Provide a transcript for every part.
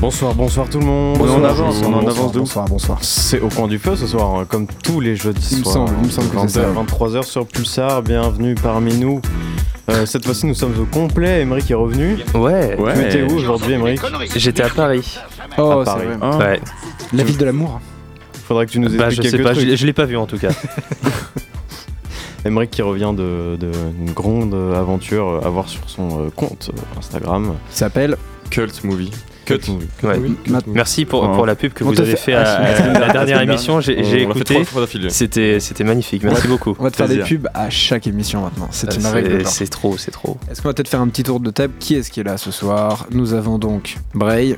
Bonsoir, bonsoir tout le monde. Bonsoir, on bonsoir, avance, on en bonsoir, avance de ouf. Bonsoir, bonsoir. C'est au coin du feu ce soir, hein, comme tous les jeudis Il me soirs. hein. semble, il me semble que c'est 22, ça. 23h sur Pulsar, bienvenue parmi nous. Euh, cette fois-ci, nous sommes au complet. Emeric est revenu. Ouais, Tu étais où aujourd'hui, Emeric j'étais à Paris. Oh, À c'est Paris. Hein, vrai. Ah. ouais, La ville de l'amour. Faudrait que tu nous expliques bah je sais quelques pas, je trucs. l'ai- je l'ai pas vu en tout cas. Emeric qui revient de- de- d'une grande euh, aventure à voir sur son euh, compte euh, Instagram. S'appelle. Cult movie. Cut. Ouais. Merci pour, Ouais. pour la pub que On vous t'a avez fait- fait à, Ah, à la dernière émission, j'ai j'ai On l'a fait trois écouté. fois d'affilée. C'était c'était magnifique, merci beaucoup. On va te faire des Plaisir. pubs à chaque émission maintenant. C'est Euh, une règle. C'est d'or. c'est trop, c'est trop. Est-ce qu'on va peut-être faire un petit tour de table Qui est-ce qui est là ce soir Nous avons donc Bray.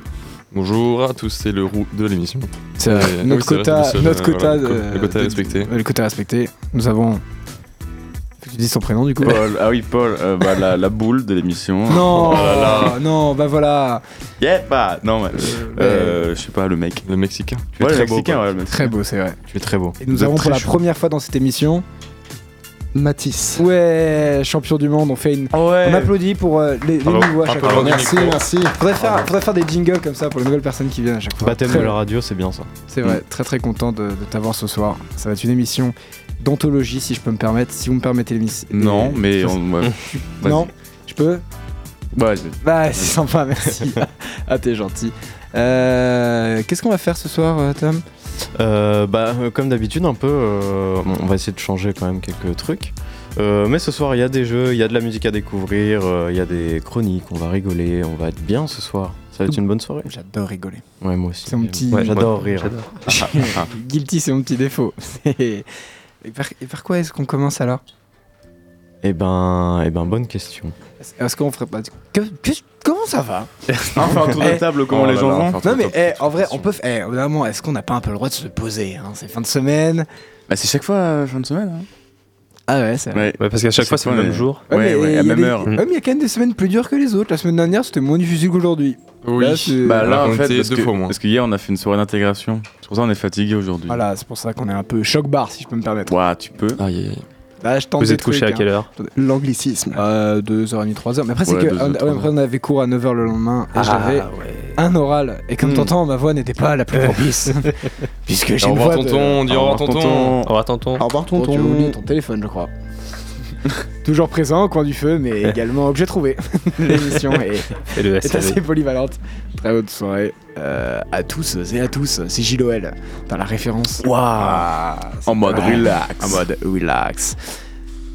Bonjour à tous, c'est le roux de l'émission. C'est Euh, euh, oui, notre c'est vrai, quota. c'est le seul, notre euh, quota. voilà, le de- co- le quota de- respecté. euh, Le quota respecté. Nous avons. Tu dis son prénom du coup Oh. Paul, ah oui, Paul, euh, bah, la, la boule de l'émission. Non, Oh là là. non, bah voilà. Yeah, bah, non, mais, euh, je sais pas, le mec. Le Mexicain. Ouais, le très beau, Mexicain, Paul. ouais, le Mexicain. Très beau, c'est vrai. Tu es très beau. Et nous Vous êtes avons pour très la chaud. première fois dans cette émission Matisse. Ouais, champion du monde, on fait une. On applaudit pour euh, les, les Bravo. nouveaux à chaque fois. Applaudissements du Merci, micro. merci. Faudrait faire, faudrait faire des jingles comme ça pour les nouvelles personnes qui viennent à chaque fois. Baptême Bah, Très- de la radio, c'est bien ça. C'est vrai, très très content de, de t'avoir ce soir. Ça va être une émission d'anthologie si je peux me permettre. Si vous me permettez l'émission. Non, mais on. ouais. Vas-y. Non, je peux Ouais, vas-y. Bah, c'est sympa, merci. ah, t'es gentil. Euh, Qu'est-ce qu'on va faire ce soir, euh, Tom Euh, bah, euh, comme d'habitude, un peu, euh, bon, on va essayer de changer quand même quelques trucs. Euh, mais ce soir, il y a des jeux, il y a de la musique à découvrir, euh, il y a des chroniques, on va rigoler, on va être bien ce soir. Ça va être une bonne soirée. J'adore rigoler. Ouais, moi aussi. C'est mon petit- Ouais, Mm, J'adore rire. Ah. Guilty, c'est mon petit défaut. et, par, et par quoi est-ce qu'on commence alors Eh ben, eh ben, bonne question. Est-ce qu'on ferait pas. Que- que- comment ça va Ah, On fait un tour de table, comment Oh les là gens là. vont Enfin, Non mais top, eh, top, en vrai, top, on top. peut. f- Eh, au bout d'un moment, est-ce qu'on n'a pas un peu le droit de se poser hein C'est fin de semaine. Bah, c'est chaque fois, euh, fin de semaine. Ah ouais, c'est hein. Ouais. Ouais, parce qu'à chaque C'est fois c'est quoi, le même les- jour. Ouais, ouais, à même heure. Ouais, mais il y a quand même des semaines plus dures que les autres. La semaine dernière, c'était moins difficile qu'aujourd'hui. Oui. Là, c'est- Bah, On là, a en fait, compté parce deux que- fois moins. parce que hier, on a fait une soirée d'intégration. C'est pour ça qu'on est fatigué aujourd'hui. Voilà, c'est pour ça qu'on est un peu choc bar, si je peux me permettre. Ouah, tu peux. Aïe, aïe, aïe. Là, je tente Vous des êtes couché à trucs, quelle heure hein. L'anglicisme. Euh, 2h30, 3h. Mais après, c'est Ouais, que. deux heures, ouais, trois heures. Ah. après, on avait cours à 9h le lendemain. Et j'avais ouais. un oral. Et comme Hmm. t'entends, ma voix n'était pas la plus propice. Puisque j'ai Au une revoir voix. de- tonton, on dit au revoir tonton. Au revoir tonton. Au revoir Bon, tu as oublié tonton. ton téléphone, je crois. Toujours présent au coin du feu, mais également objet trouvé. L'émission est, Et le E. est SAV. assez polyvalente. Très bonne soirée euh, à tous et à tous. C'est J.L.O.L. dans la référence. Waouh En mode relax. En mode relax.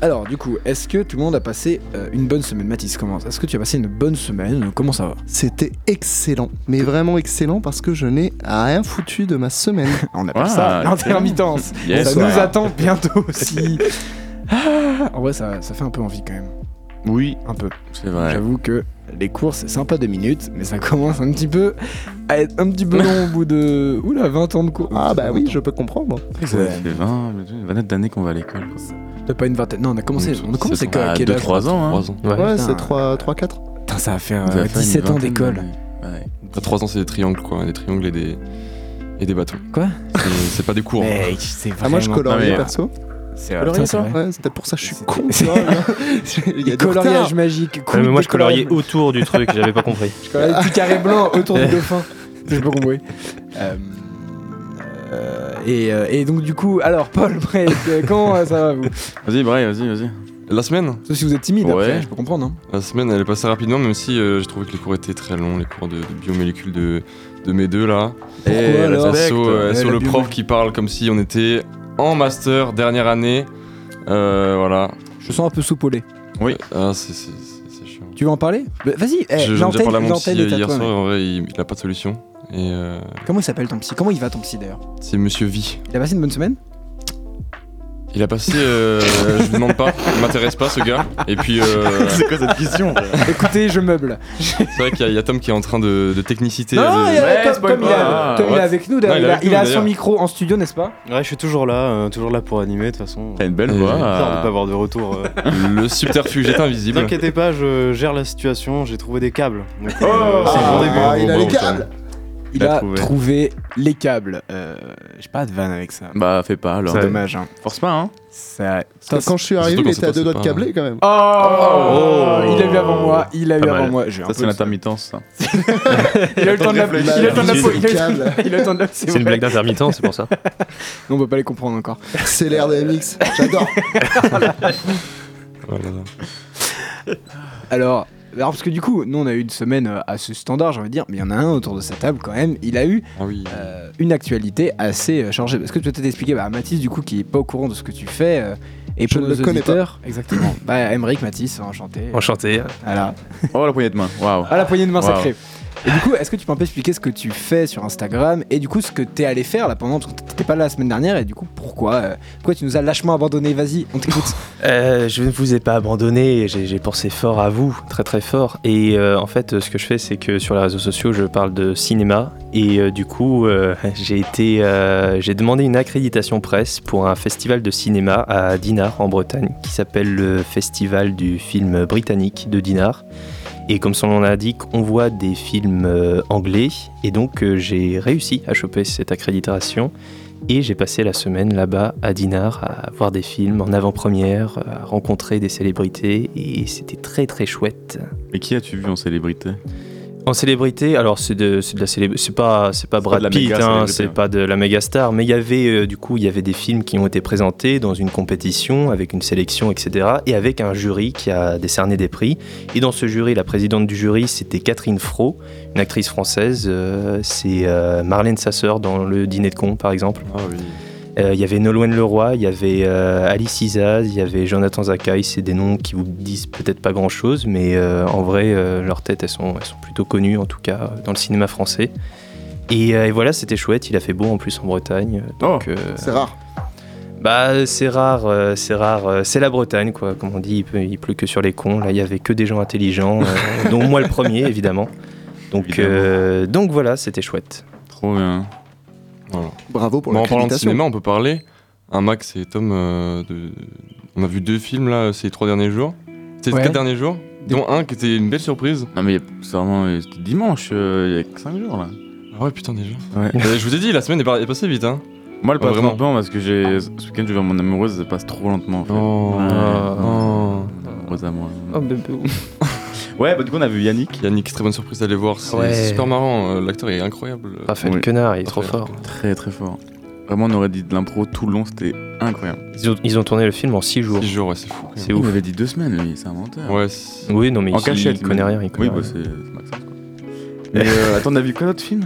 Alors, du coup, est-ce que tout le monde a passé euh, une bonne semaine Mathis, comment Est-ce que tu as passé une bonne semaine Comment ça va C'était excellent, mais vraiment excellent parce que je n'ai rien foutu de ma semaine. On appelle Ah, ça excellent. l'intermittence. Yes, ça nous ouais. attend bientôt aussi. Ah, en vrai, ça, ça fait un peu envie quand même. Oui, Un peu. c'est vrai. J'avoue que les cours c'est sympa deux minutes, mais ça commence un petit peu à être un petit peu long au bout de oula 20 ans de cours. Ah bah oui, je peux comprendre. Ça fait 20, une vingtaine d'années qu'on va à l'école. quoi. T'as pas une vingtaine. Non, on a commencé. On a commencé C'est- bah, à quel deux, âge trois ans, hein. Trois ans. Ouais. Ouais, putain, c'est 3-4. Putain, ça va faire Ça euh, va faire une 17 ans vingtaine d'école. d'années. Ouais. À trois ans, c'est des triangles, quoi. Des triangles et des. Et des bâtons. Quoi C'est- C'est pas des cours. hein. Mec, c'est vraiment. Ah, moi je coloriais mais- perso. C'est Coloriais putain, c'est toi vrai. Ouais, c'était pour ça que je suis C'était- con. c'est- toi, là. Il y a du Coloriage retard. magique. Ouais, cool, mais moi je coloriais décoloriage. autour du truc, j'avais pas compris. Je coloriais des petits carrés blancs autour du dauphin. J'ai pas compris. Euh, euh, et, euh, et donc du coup, alors Paul, Brett, euh, comment euh, ça va vous Vas-y, Bray, vas-y, vas-y. La semaine Sauf si vous êtes timide, après, Ouais. je peux comprendre. Hein. La semaine, elle est passée rapidement, même si euh, j'ai trouvé que les cours étaient très longs, les cours de, de biomolécules de, de mes deux là. Pourquoi alors la sur, Ouais, la le bio- prof qui parle comme si on était en master, dernière année. Euh, voilà. Je sens un peu soupolé. Oui. Ah, c'est- c'est c'est- c'est chiant. Tu veux en parler Bah, Vas-y, eh, Je- J'en ai déjà l'antenne parlé à mon psy l'antenne est à hier toi. soir, mec. en vrai, il, il a pas de solution. Et euh, Comment il s'appelle ton psy Comment il va ton psy d'ailleurs c'est Monsieur V. Il a passé une bonne semaine Il a passé. euh, je vous demande pas, il m'intéresse pas ce gars. Et puis, euh, C'est quoi cette question Écoutez, je meuble. c'est vrai qu'il y, a- il y a Tom qui est en train de, de technicité. Non, là, de- il est- Ouais, Tom- spoil Tom, il est- pas. Tom, il est What avec nous, d'ailleurs, Non, Ah, il il est a, avec il nous, a son d'ailleurs. micro en studio, n'est-ce pas Ouais, je suis toujours là, euh, toujours là pour animer de toute façon. T'as une belle Euh, voix. j'ai Bizarre de pas avoir de retour. euh. Le subterfuge est Ne invisible. t'inquiétez pas, je gère la situation, j'ai trouvé des câbles. Donc, euh, Oh c'est un bon début. Ah, il a Bravo, les câbles. Il l'a a trouvé, trouvé. les câbles. Euh, J'ai pas de vanne avec ça. Bah, fais pas alors. C'est dommage. Hein. Force pas, hein. Ça... Parce que Quand je suis arrivé, Surtout il quand était à c'est deux pas- doigts de c'est pas- câblé quand même. Oh, Il avait avant moi, il a eu Pas avant mal. moi. J'ai un Ça, c'est peu- l'intermittence. ça. Il a eu le temps de la il a eu le temps de la il a eu le temps de la- il a eu le temps de la C'est une blague d'intermittent, c'est pour ça. Non, on peut pas les comprendre encore. C'est l'air d'AMX. J'adore. Alors, alors, parce que du coup, nous on a eu une semaine euh, assez standard, j'ai envie de dire, mais il y en a un autour de sa table quand même. Il a eu Ah oui. euh, une actualité assez euh, chargée. Est-ce que tu peux peut-être expliquer bah, à Mathis, du coup, qui est pas au courant de ce que tu fais euh, et Je pour ne nos le connais pas. auditeurs, exactement. Bah, Emmerich, Mathis, enchanté. Enchanté. Voilà. Oh, la poignée de main. Waouh. Ah, la poignée de main Wow. sacrée. Et du coup, est-ce que tu peux un peu expliquer ce que tu fais sur Instagram et du coup ce que t'es allé faire là pendant parce que t'étais pas là la semaine dernière et du coup pourquoi euh, pourquoi tu nous as lâchement abandonné Vas-y, on t'écoute. Euh, je ne vous ai pas abandonné, j'ai j'ai pensé fort à vous, très très fort. Et euh, en fait, euh, ce que je fais, c'est que sur les réseaux sociaux, je parle de cinéma. Et euh, du coup, euh, j'ai été, euh, j'ai demandé une accréditation presse pour un festival de cinéma à Dinard, en Bretagne, qui s'appelle le Festival du film britannique de Dinard. Et comme son nom l'indique, on voit des films euh, anglais. Et donc, euh, j'ai réussi à choper cette accréditation. Et j'ai passé la semaine là-bas à Dinard à voir des films en avant-première, euh, à rencontrer des célébrités et c'était très très chouette. Et qui as-tu vu en célébrité En célébrité, alors c'est de, c'est de la célébr- c'est pas c'est pas pas de Brad la Pitt, méga hein, célébrité, c'est ouais. pas de la méga star, mais il y avait euh, du coup il y avait des films qui ont été présentés dans une compétition avec une sélection etc et avec un jury qui a décerné des prix et dans ce jury la présidente du jury c'était Catherine Fro, une actrice française, euh, c'est euh, Marlène Sasseur dans le Dîner de cons par exemple. Ah oui. Euh, Il y avait Nolwenn Leroy, il y avait euh, Alice Isaz, il y avait Jonathan Zakai, c'est des noms qui vous disent peut-être pas grand-chose, mais euh, en vrai, euh, leurs têtes, elles sont, elles sont plutôt connues, en tout cas, euh, dans le cinéma français. Et, euh, et voilà, c'était chouette, il a fait beau en plus en Bretagne. euh, Donc, euh, C'est rare. bah, c'est rare, euh, c'est rare, euh, c'est la Bretagne, quoi. Comme on dit, il, peut- il pleut que sur les cons, là, il y avait que des gens intelligents, euh, dont moi le premier, évidemment. Donc, Évidemment. euh, donc voilà, c'était chouette. Trop bien. Bravo pour Mais la en parlant de cinéma, on peut parler. Un Max et Tom, euh, de- on a vu deux films là ces trois derniers jours. Ces Ouais. quatre derniers jours, dont un qui était une belle surprise. Non, mais c'est vraiment euh, c'était dimanche, euh, il y a que 5 jours là. Ah ouais, putain, déjà. Ouais. Euh, je vous ai dit, la semaine est, par- est passée vite, hein. Moi, le Oh, pas trop vraiment. lentement parce que j'ai ce week-end, je vais voir mon amoureuse, ça passe trop lentement. En fait. Oh, Ouais. oh. Mon Amoureuse à moi. Ouais, bah du coup, on a vu Yannick. Yannick, très bonne surprise d'aller voir. C'est Ouais. c'est super marrant. euh, L'acteur est incroyable. Raphaël Oui. Quenard, il est trop Raphaël fort. Très très fort. Vraiment, on aurait dit de l'impro tout le long, c'était incroyable. Ils ont, ils ont tourné le film en six jours. Six jours, ouais, c'est fou. C'est Il ouf. m'avait dit deux semaines, lui, c'est un menteur. Ouais, c'est- Oui, non, mais En il, cachette. il connaît mais- rien. Il Oui, connaît bah rien. c'est c'est Maxence quoi. Mais euh, attends, on a vu quoi d'autre film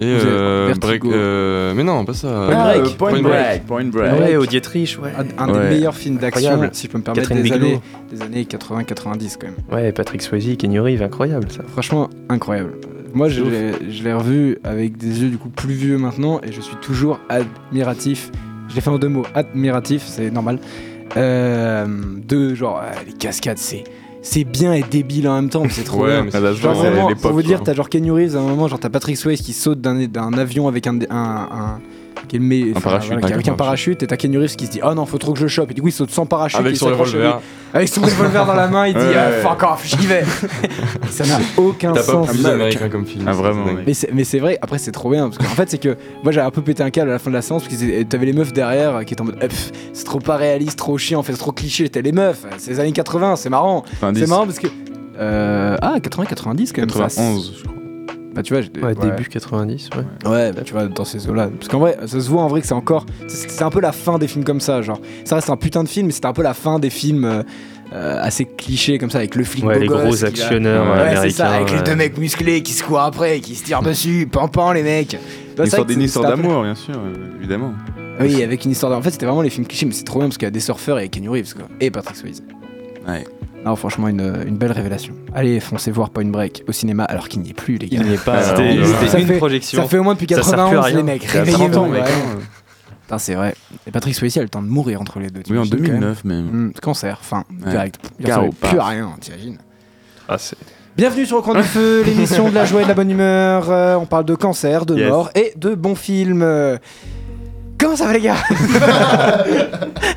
Et Vous avez- euh, break. Vertigo. euh, mais non, pas ça. Point Break. Euh, Point Point Break. Point Break. ouais, au Dietrich, ouais. Un, un Ouais. des meilleurs films d'action, Incroyable. si je peux me permettre, Catherine des Bigelow. années, des années 80-90 quand même. Ouais, Patrick Swayze, Kenny Reeves, incroyable ça. Franchement, incroyable. Moi, je ouf. l'ai je l'ai revu avec des yeux du coup plus vieux maintenant et je suis toujours admiratif. Je l'ai fait en deux mots, admiratif, c'est normal. Euh, de genre, euh, les cascades, c'est. C'est bien et débile en même temps, mais c'est trop Ouais, bien. mais Ah, c'est bah, genre Genre Ouais, vraiment, l'époque, pour vous dire, quoi. t'as genre Kenny Reeves à un moment, genre t'as Patrick Swayze qui saute d'un d'un avion avec un, un, un, qui est le meilleur- Un enfin, parachute, voilà, avec avec un un parachute, et t'as Kenny Reeves qui se dit oh non faut trop que je le chope et du coup il saute sans parachute Avec il son s'accroche revolver. à lui. avec son revolver dans la main il dit Ouais, Ah, ouais. fuck off j'y vais ça n'a aucun T'as pas sens plus américain comme film. Ah, c'est vraiment, dingue. ouais. mais c'est mais c'est vrai après c'est trop bien parce qu'en fait c'est que moi j'avais un peu pété un câble à la fin de la séance parce que t'avais les meufs derrière euh, qui étaient en mode Eh, pff, c'est trop pas réaliste trop chiant en fait c'est trop cliché t'es les meufs euh, c'est les années 80 c'est marrant Enfin, c'est 10, marrant parce que euh, ah 80 90 quand même ça- 91, je crois. bah tu vois j'ai- Ouais, ouais. début 90, ouais. Ouais, bah, tu vois, dans ces eaux-là. Parce qu'en vrai, ça se voit en vrai que c'est encore. C'est c'est un peu la fin des films comme ça, genre. Ça reste un putain de film, mais c'était un peu la fin des films euh, euh, assez clichés comme ça, avec le flic Ouais, beau les gosse gros qui va- actionneurs euh, Ouais, Ouais, américains. c'est ça, avec les deux ouais. mecs musclés qui se courent après, et qui se tirent dessus, pan-pan les mecs. Bah, Une c'est vrai histoire, que une c'est- histoire c'était un peu- d'amour, bien sûr, euh, évidemment. Oui, avec une histoire d'amour. En fait, c'était vraiment les films clichés, mais c'est trop bien parce qu'il y a des surfeurs et Kenny Reeves, quoi. Et Patrick Swayze. Ouais. Non, franchement, une, une belle révélation. Allez, foncez voir Point Break au cinéma alors qu'il n'y est plus, les gars. Il n'est pas. C'était- euh, c'était- C'était ça une fait- projection. Ça fait au moins depuis Ça sert plus à 91, rien. les mecs. C'est à 100 ans, Réveillez-vous. mec, ouais. Putain, c'est vrai. Et Patrick Swayze a le temps de mourir entre les deux. Oui, en t'imagines, quand même 2009 même. Mm. Hum, cancer, fin, Ouais. direct. Il K.O. ressemble plus paf. à rien, t'imagines. Ah, c'est- Bienvenue sur Au Coin du Feu, l'émission de la joie et de la bonne humeur. Euh, on parle de cancer, de Yes. mort et de bons films. Euh, Comment ça va les gars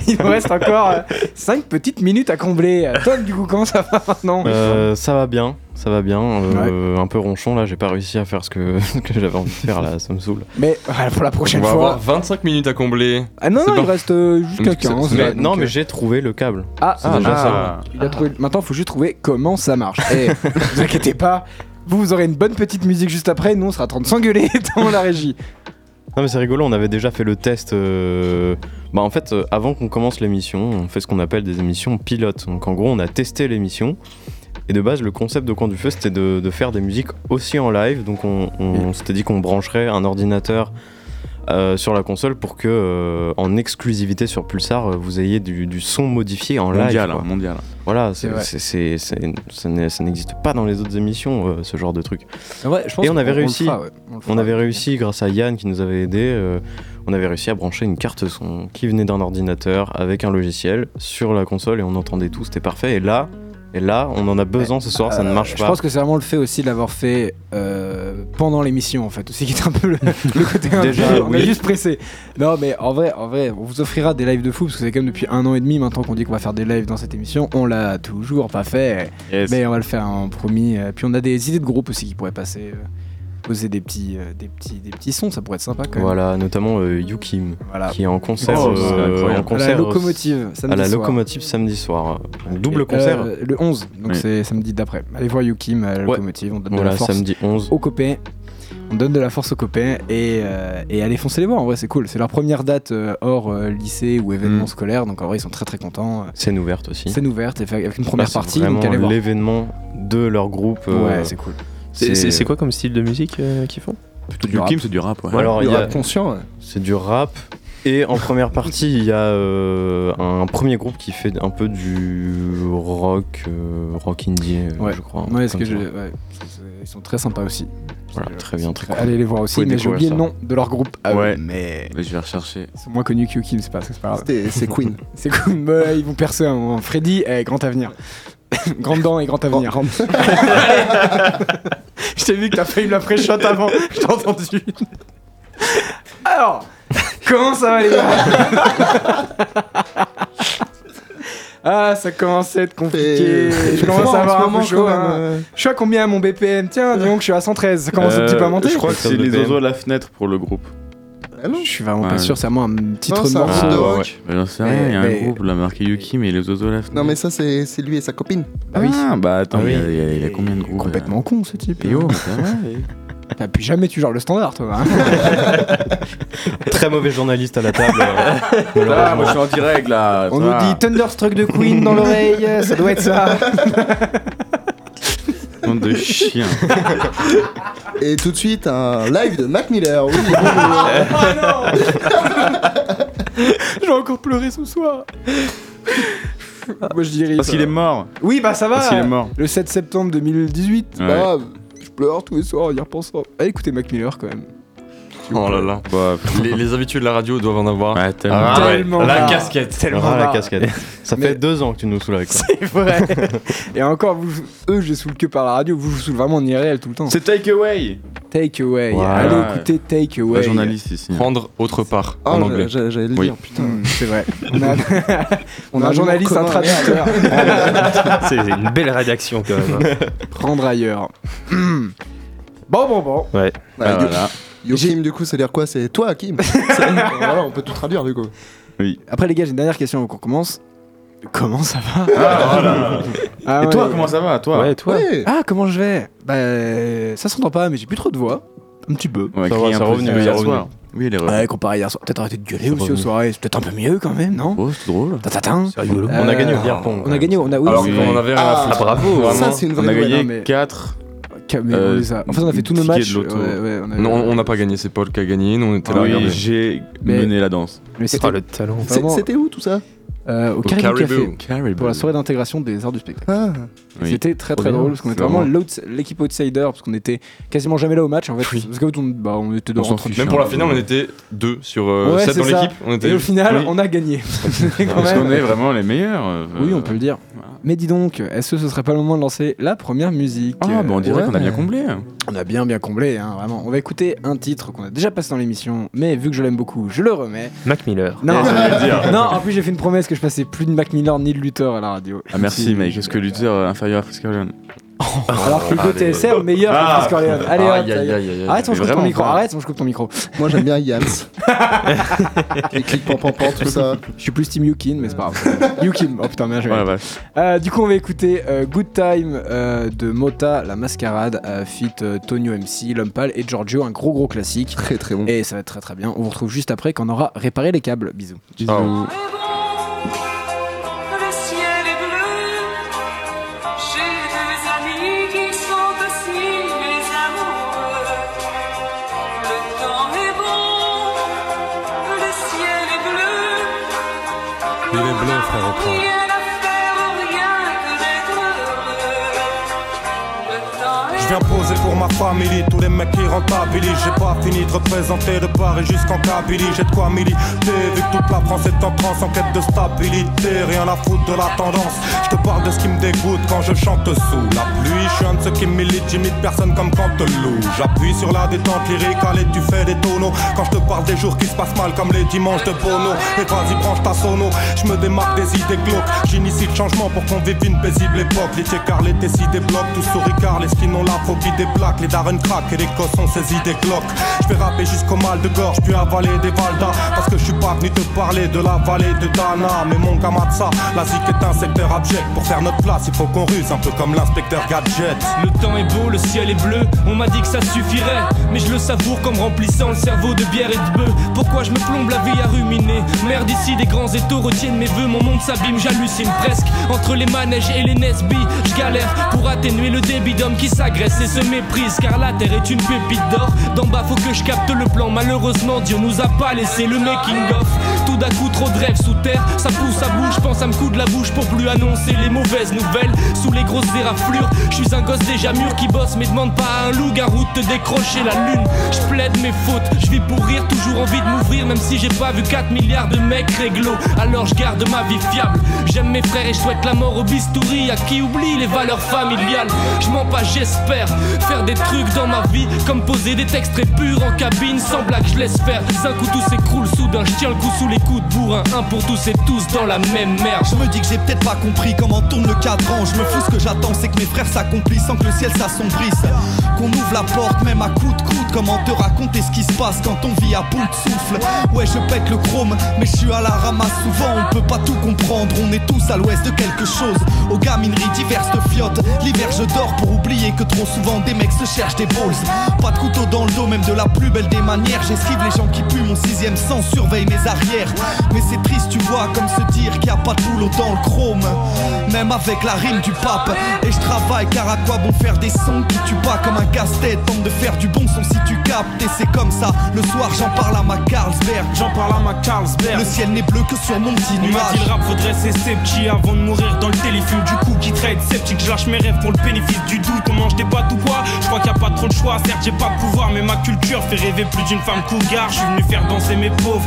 Il nous reste encore 5 petites minutes à combler. Tom, du coup, comment ça va maintenant Euh, ça va bien, ça va bien. euh, Un peu ronchon là, j'ai pas réussi à faire ce que, ce que j'avais envie de faire là, ça me saoule. Mais voilà, pour la On prochaine va fois. avoir 25 minutes à combler. Ah non, C'est non, il pas- reste euh, jusqu'à Mais- 15. mais- là, donc, non, mais euh, j'ai trouvé le câble. Ah, C'est déjà ah, ça. Il a trouvé... Maintenant, il faut juste trouver comment ça marche. Et vous inquiétez pas, vous, vous aurez une bonne petite musique juste après. Nous, on sera en train de s'engueuler dans la régie. Non, mais c'est rigolo, on avait déjà fait le test. euh, Bah, en fait, euh, avant qu'on commence l'émission, on fait ce qu'on appelle des émissions pilotes. Donc, en gros, on a testé l'émission. Et de base, le concept de Coin du Feu, c'était de, de faire des musiques aussi en live. Donc, on, on s'était dit qu'on brancherait un ordinateur euh, sur la console pour que, euh, en exclusivité sur Pulsar, euh, vous ayez du, du son modifié en live. Mondial, quoi. hein, mondial. Voilà, C'est c'est- vrai. c'est- c'est- c'est- ça n'est- ça n'existe pas dans les autres émissions, euh, ce genre de truc. Ouais, je pense Et on avait qu'on- le réussi. fera, ouais. On le fera. On avait réussi, grâce à Yann qui nous avait aidé, euh, on avait réussi à brancher une carte son qui venait d'un ordinateur avec un logiciel sur la console et on entendait tout, c'était parfait. Et là, et là, on en a besoin ce soir, ça ne Euh, marche Je pas. pense que c'est vraiment le fait aussi de l'avoir fait euh, pendant l'émission en fait, aussi qui est un peu le, le côté un Déjà, peu- on est oui. juste pressé. Non mais en vrai, en vrai, on vous offrira des lives de fou parce que c'est quand même depuis un an et demi maintenant qu'on dit qu'on va faire des lives dans cette émission, on l'a toujours pas fait, mais on va le faire en promis. Euh, Puis on a des idées de groupe aussi qui pourraient passer, euh, poser des petits, euh, des petits, des petits sons, ça pourrait être sympa quand même. Ah. Voilà, notamment euh, Yukim Voilà. qui est en concert, Oh, euh, c'est incroyable. en À la concert euh, locomotive, à samedi la soir. locomotive samedi soir. Donc, double Et, concert. euh, le 11, donc Oui. c'est samedi d'après. Allez voir Yukim à la Ouais. locomotive, on donne de voilà, la force. samedi 11. aux copains. On donne de la force aux copains et, euh, et allez foncer les voir. En vrai, c'est cool. C'est leur première date euh, hors euh, lycée ou événement Mm. scolaire. Donc en vrai, ils sont très très contents. Scène ouverte aussi. Scène ouverte et fait- avec une première Là, Ah, c'est partie. vraiment Donc allez voir. l'événement de leur groupe. euh, Ouais, c'est cool. C'est- C'est c'est quoi comme style de musique euh, qu'ils font Plutôt du Kim, c'est du rap, ouais. Alors, Le Oh, il y a- rap conscient. hein. ouais. C'est du rap. Et en première partie, il y a euh, un premier groupe qui fait un peu du rock, euh, rock indie, euh, Ouais. je crois. un Ouais, truc est-ce que comme ça. je- ouais, c'est- c'est- ils sont très sympas aussi. Voilà, C'est- très bien, très cool. Allez les voir aussi. Vous pouvez Mais j'ai oublié le nom de leur groupe. Ah Ouais. mais Mais je vais rechercher. ils sont moins connus que Kim, c'est pas, c'est pas grave. C'était- C'est Queen. C'est cool. mais ils vont percer un moment. Freddy, eh, grand avenir. Grande dent et grand avenir. Je t'ai vu que t'as failli me la pré avant, je t'ai entendu. Alors, comment ça va les gars Ah, ça commence à être compliqué. Je commence à avoir un moment chaud. euh. hein. Je suis à combien à mon BPM Tiens, dis donc, je suis à 113. Ça commence un petit peu à monter. Euh, Je crois que c'est les BPM. oiseaux à la fenêtre pour le groupe. Ah non. Je suis vraiment pas Ouais. sûr, c'est à moi un petit Non, trou de ça morceau. va. Ah, Rock. ouais. Bah, J'en sais rien, il y a Mais- un groupe, la marqué Yuki, mais les oiseaux à la fenêtre. Non, mais ça, c'est c'est lui et sa copine. Ah oui. bah attends, Ah oui. il y a- il y, a- il y a combien de groupes Complètement con ce type. Et oh, mais ça va, et- Ah, puis jamais tu gères le standard, toi. hein. Très mauvais journaliste à la table. euh, Ah, malheureusement. moi je suis en direct là. On ça nous va. dit Thunderstruck de Queen dans l'oreille, euh, ça doit être ça. Bande de chiens. Et tout de suite, un live de Mac Miller. Oui, Ah non J'ai encore pleuré ce soir. Moi je dirais. Parce qu'il est mort. Oui, bah ça va. Parce qu'il est mort. Le 7 septembre 2018. Ouais. Bah, je pleure tous les soirs en y repensant. Allez écoutez Mac Miller quand même. Oh là là. Bah, pff, Les, les habitués de la radio doivent en avoir. ouais, tellement. Ah ouais, Tellement la marre. casquette. Tellement Ah, la marre. casquette. Ça Mais- fait deux ans que tu nous saoules avec ça. C'est vrai. Et encore, vous, eux, je les saoule que par la radio. Vous, je vous saoule vraiment en irréel tout le temps. C'est Takeaway. Take Away. Voilà. Allez écouter Take Away. Un journaliste ici. Prendre autre part Oh, Ah, en j'a- anglais. j'a- J'allais le Oui. dire, putain. Hmm, C'est vrai. On a, on On a a un un journaliste, un humour commun, traducteur. C'est une belle rédaction quand même. hein. Prendre ailleurs. Hmm. bon, bon, bon. Ouais. Ah, Yo- voilà. Yo Kim, du coup, ça veut dire quoi C'est toi, Kim C'est- Voilà, on peut tout traduire, du coup. Après, les gars, j'ai une dernière question avant qu'on commence. Comment ça va Ah, voilà. Ah Et ouais. toi, comment ça va, toi Ouais, toi Ouais. Ah, comment je vais Bah, ça s'entend pas, mais j'ai plus trop de voix. Un petit peu. On va Ça crier va, un ça peu revenu, hier ça revenu. soir. Oui, elle est revenue. Ouais, comparé hier soir. Peut-être arrêter de gueuler Ça aussi va aux mieux. soirée. C'est peut-être un peu mieux quand même, non Oh, c'est drôle. Tatatin. C'est rigolo. On a gagné Euh, au beer pong. On a gagné, on a. Oui, Alors c'est qu'on vrai. en avait rien à Ah, Ah foutre. bravo Ça, c'est une vraie On a nouvelle, non, gagné mais- 4. Calmez-vous, Euh, les gars. En fait, on a fait tous nos ticket de matchs. loto. Ouais, ouais, on a- Non, on n'a pas gagné, c'est Paul qui a gagné. Nous, on était là. Oui, regardez. j'ai Mais- mené la danse. Mais c'était Oh, le talent. hein. C'est- vraiment- C'était où tout ça euh, au Au Caribou Café Caribou. Oh, Caribou. pour la soirée d'intégration des arts du spectacle. Ah, Oui. C'était très très bien. drôle parce qu'on était C'est vraiment vraiment- l'outs- l'équipe outsider parce qu'on était quasiment jamais là au match en fait. Parce qu'en fait, on, bah, on était dans On s'en entre- fiche. hein. Même pour la finale, on était deux sur euh, Ouais, sept c'est dans ça. l'équipe. On était. Et au final, Oui. on a gagné. Quand Parce même. qu'on est vraiment les meilleurs. euh, Oui, on peut le dire. voilà. Mais dis donc, est-ce que ce serait pas le moment de lancer la première musique Ah, bah on dirait ouais. qu'on a bien comblé. On a bien bien comblé, hein, vraiment. On va écouter un titre qu'on a déjà passé dans l'émission, mais vu que je l'aime beaucoup, je le remets. Mac Miller. Non, j'allais le dire. non en plus j'ai fait une promesse que je passais plus de Mac Miller ni de Luther à la radio. Ah, merci, Si, Ah, mec. Est-ce que Luther est inférieur à Chris Corleone Alors que le côté allez. TSR meilleur Ah. que Chris Corleone. Allez, hop, Aïe, ça y aïe, est. aïe, aïe. Arrête, on Mais se coupe ton vraiment, micro. enfin. Arrête, on se coupe ton micro. Moi j'aime bien Yams. clic clic pan pan pan, tout ça. Je suis plus Team Yukin, mais c'est pas grave. Yukin, oh putain, bien joué. Ouais, ouais. Euh, du coup, on va écouter euh, Good Time euh, de Mota, La Mascarade, euh, feat euh, Tonio MC, Lumpal et Giorgio, un gros gros classique. Très très bon. Et ça va être très très bien. On vous retrouve juste après qu'on aura réparé les câbles. Bisous. Bisous. est bon, le ciel est bleu. J'ai des amis qui sont aussi mes amoureux. Le temps est bon, le ciel est bleu. Il est bleu, frère, Rien à faire, rien que d'être heureux. Le temps est Je viens poser pour ma famille, tous les mecs qui rentabilisent. J'ai pas fini de représenter de Paris jusqu'en Kabylie. J'ai de quoi militer, vu que toute la France est en transe, en quête de stabilité. Rien à foutre de la tendance. Je te parle de ce qui me dégoûte quand je chante sous la pluie. Je suis un de ceux qui militent, j'imite personne comme Canteloup. J'appuie sur la détente lyrique, allez, tu fais des tonneaux. Quand je te parle des jours qui se passent mal, comme les dimanches de Bono. Et vas-y, branche ta sono. Je me démarque des idées glauques. J'initie le changement pour qu'on vive une paisible époque. Les car les décides des blocs, tous souris car les skins ont la phobie des plaques. Les darren craquent et les cossons saisis des cloques. Je vais rapper jusqu'au mal de gorge, puis avaler des valdas. Parce que je suis pas venu te parler de la vallée de Dana. Mais mon Kamatsa, la zik est un secteur abject. Pour faire notre place, il faut qu'on ruse, un peu comme l'inspecteur Gadget. Le temps est beau, le ciel est bleu, on m'a dit que ça suffirait Mais je le savoure comme remplissant le cerveau de bière et de bœuf Pourquoi je me plombe la vie à ruminer Merde ici des grands étaux retiennent mes voeux Mon monde s'abîme, j'hallucine presque Entre les manèges et les Nesby Je galère pour atténuer le débit d'hommes qui s'agressent et se méprisent Car la terre est une pépite d'or D'en bas faut que je capte le plan Malheureusement Dieu nous a pas laissé le making of Tout d'un coup trop de rêves sous terre Ça pousse, ça bouge, pense à me coudre la bouche Pour plus annoncer les mauvaises nouvelles Sous les grosses éraflures Je suis un gosse déjà mûr qui bosse Mais demande pas à un loup-garou de te décrocher la lune Je plaide mes fautes, je vis pour rire Toujours envie de m'ouvrir même si j'ai pas vu 4 milliards de mecs réglo Alors je garde ma vie fiable J'aime mes frères et je souhaite la mort au bistouri À qui oublie les valeurs familiales Je mens pas, j'espère Faire des trucs dans ma vie Comme poser des textes très purs en cabine Sans blague, je laisse faire Un coup tout s'écroule soudain Je tiens le coup sous les coups de bourrin Un pour tous et tous dans la même merde Je me dis que j'ai peut-être pas compris comment tourne le cadran. Je me fous ce que j'attends, c'est que mes frères s'accomplissent sans que le ciel s'assombrisse. Qu'on ouvre la porte, même à coups de coude. Comment te raconter ce qui se passe quand on vit à bout de souffle Ouais, je pète le chrome, mais je suis à la ramasse souvent. On peut pas tout comprendre, on est tous à l'ouest de quelque chose. Aux gamineries diverses de fiottes, l'hiver je dors pour oublier que trop souvent des mecs se cherchent des balls. Pas de couteau dans le dos, même de la plus belle des manières. J'esquive les gens qui puent, mon sixième sens surveille mes arrières. Mais c'est triste, tu vois, comme se dire qu'il n'y a pas de boulot dans le chrome. Même avec la rime du pape. Et je travaille car à quoi bon faire des sons qui tuent pas comme un casse-tête. Tente de faire du bon son si tu captes. Et c'est comme ça, le soir j'en parle à ma Carlsberg. J'en parle à ma Carlsberg Le ciel n'est bleu que sur mon petit On m'a dit le nuage. rap faudrait cesser petit avant de mourir dans le téléfilm Du coup qui traite sceptique Je lâche mes rêves pour le bénéfice du doute On mange des pâtes ou quoi Je crois qu'il y a pas trop de choix Certes j'ai pas de pouvoir mais ma culture fait rêver plus d'une femme cougar Je suis venu faire danser mes pauvres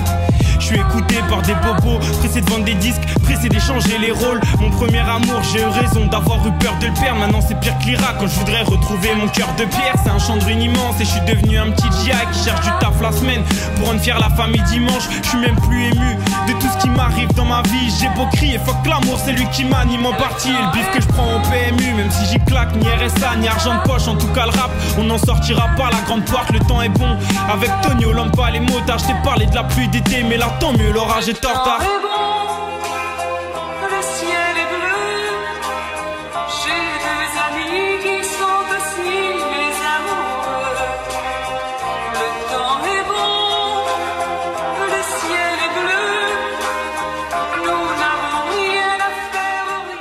je suis écouté par des bobos, pressé de vendre des disques, pressé d'échanger les rôles. Mon premier amour, j'ai eu raison d'avoir eu peur de le perdre. Maintenant c'est pire que l'Irak, quand je voudrais retrouver mon cœur de pierre. C'est un champ de ruines immense et je suis devenu un petit Jack qui cherche du taf la semaine pour rendre fier la famille dimanche. Je suis même plus ému de tout ce qui m'arrive dans ma vie. J'ai beau crier, fuck l'amour, c'est lui qui m'anime en partie. Et le bif que je prends au PMU, même si j'y claque, ni RSA, ni argent de poche, en tout cas le rap, on n'en sortira pas. La grande porte, le temps est bon. Avec Tonio, Lampa, les motards, je t'ai parlé de la pluie d'été, mais là tant mieux, l'orage est en retard. temps est bon, le ciel est bleu. J'ai des amis qui sont aussi mes amoureux. Le temps est bon, le ciel est bleu. Nous n'avons rien à faire,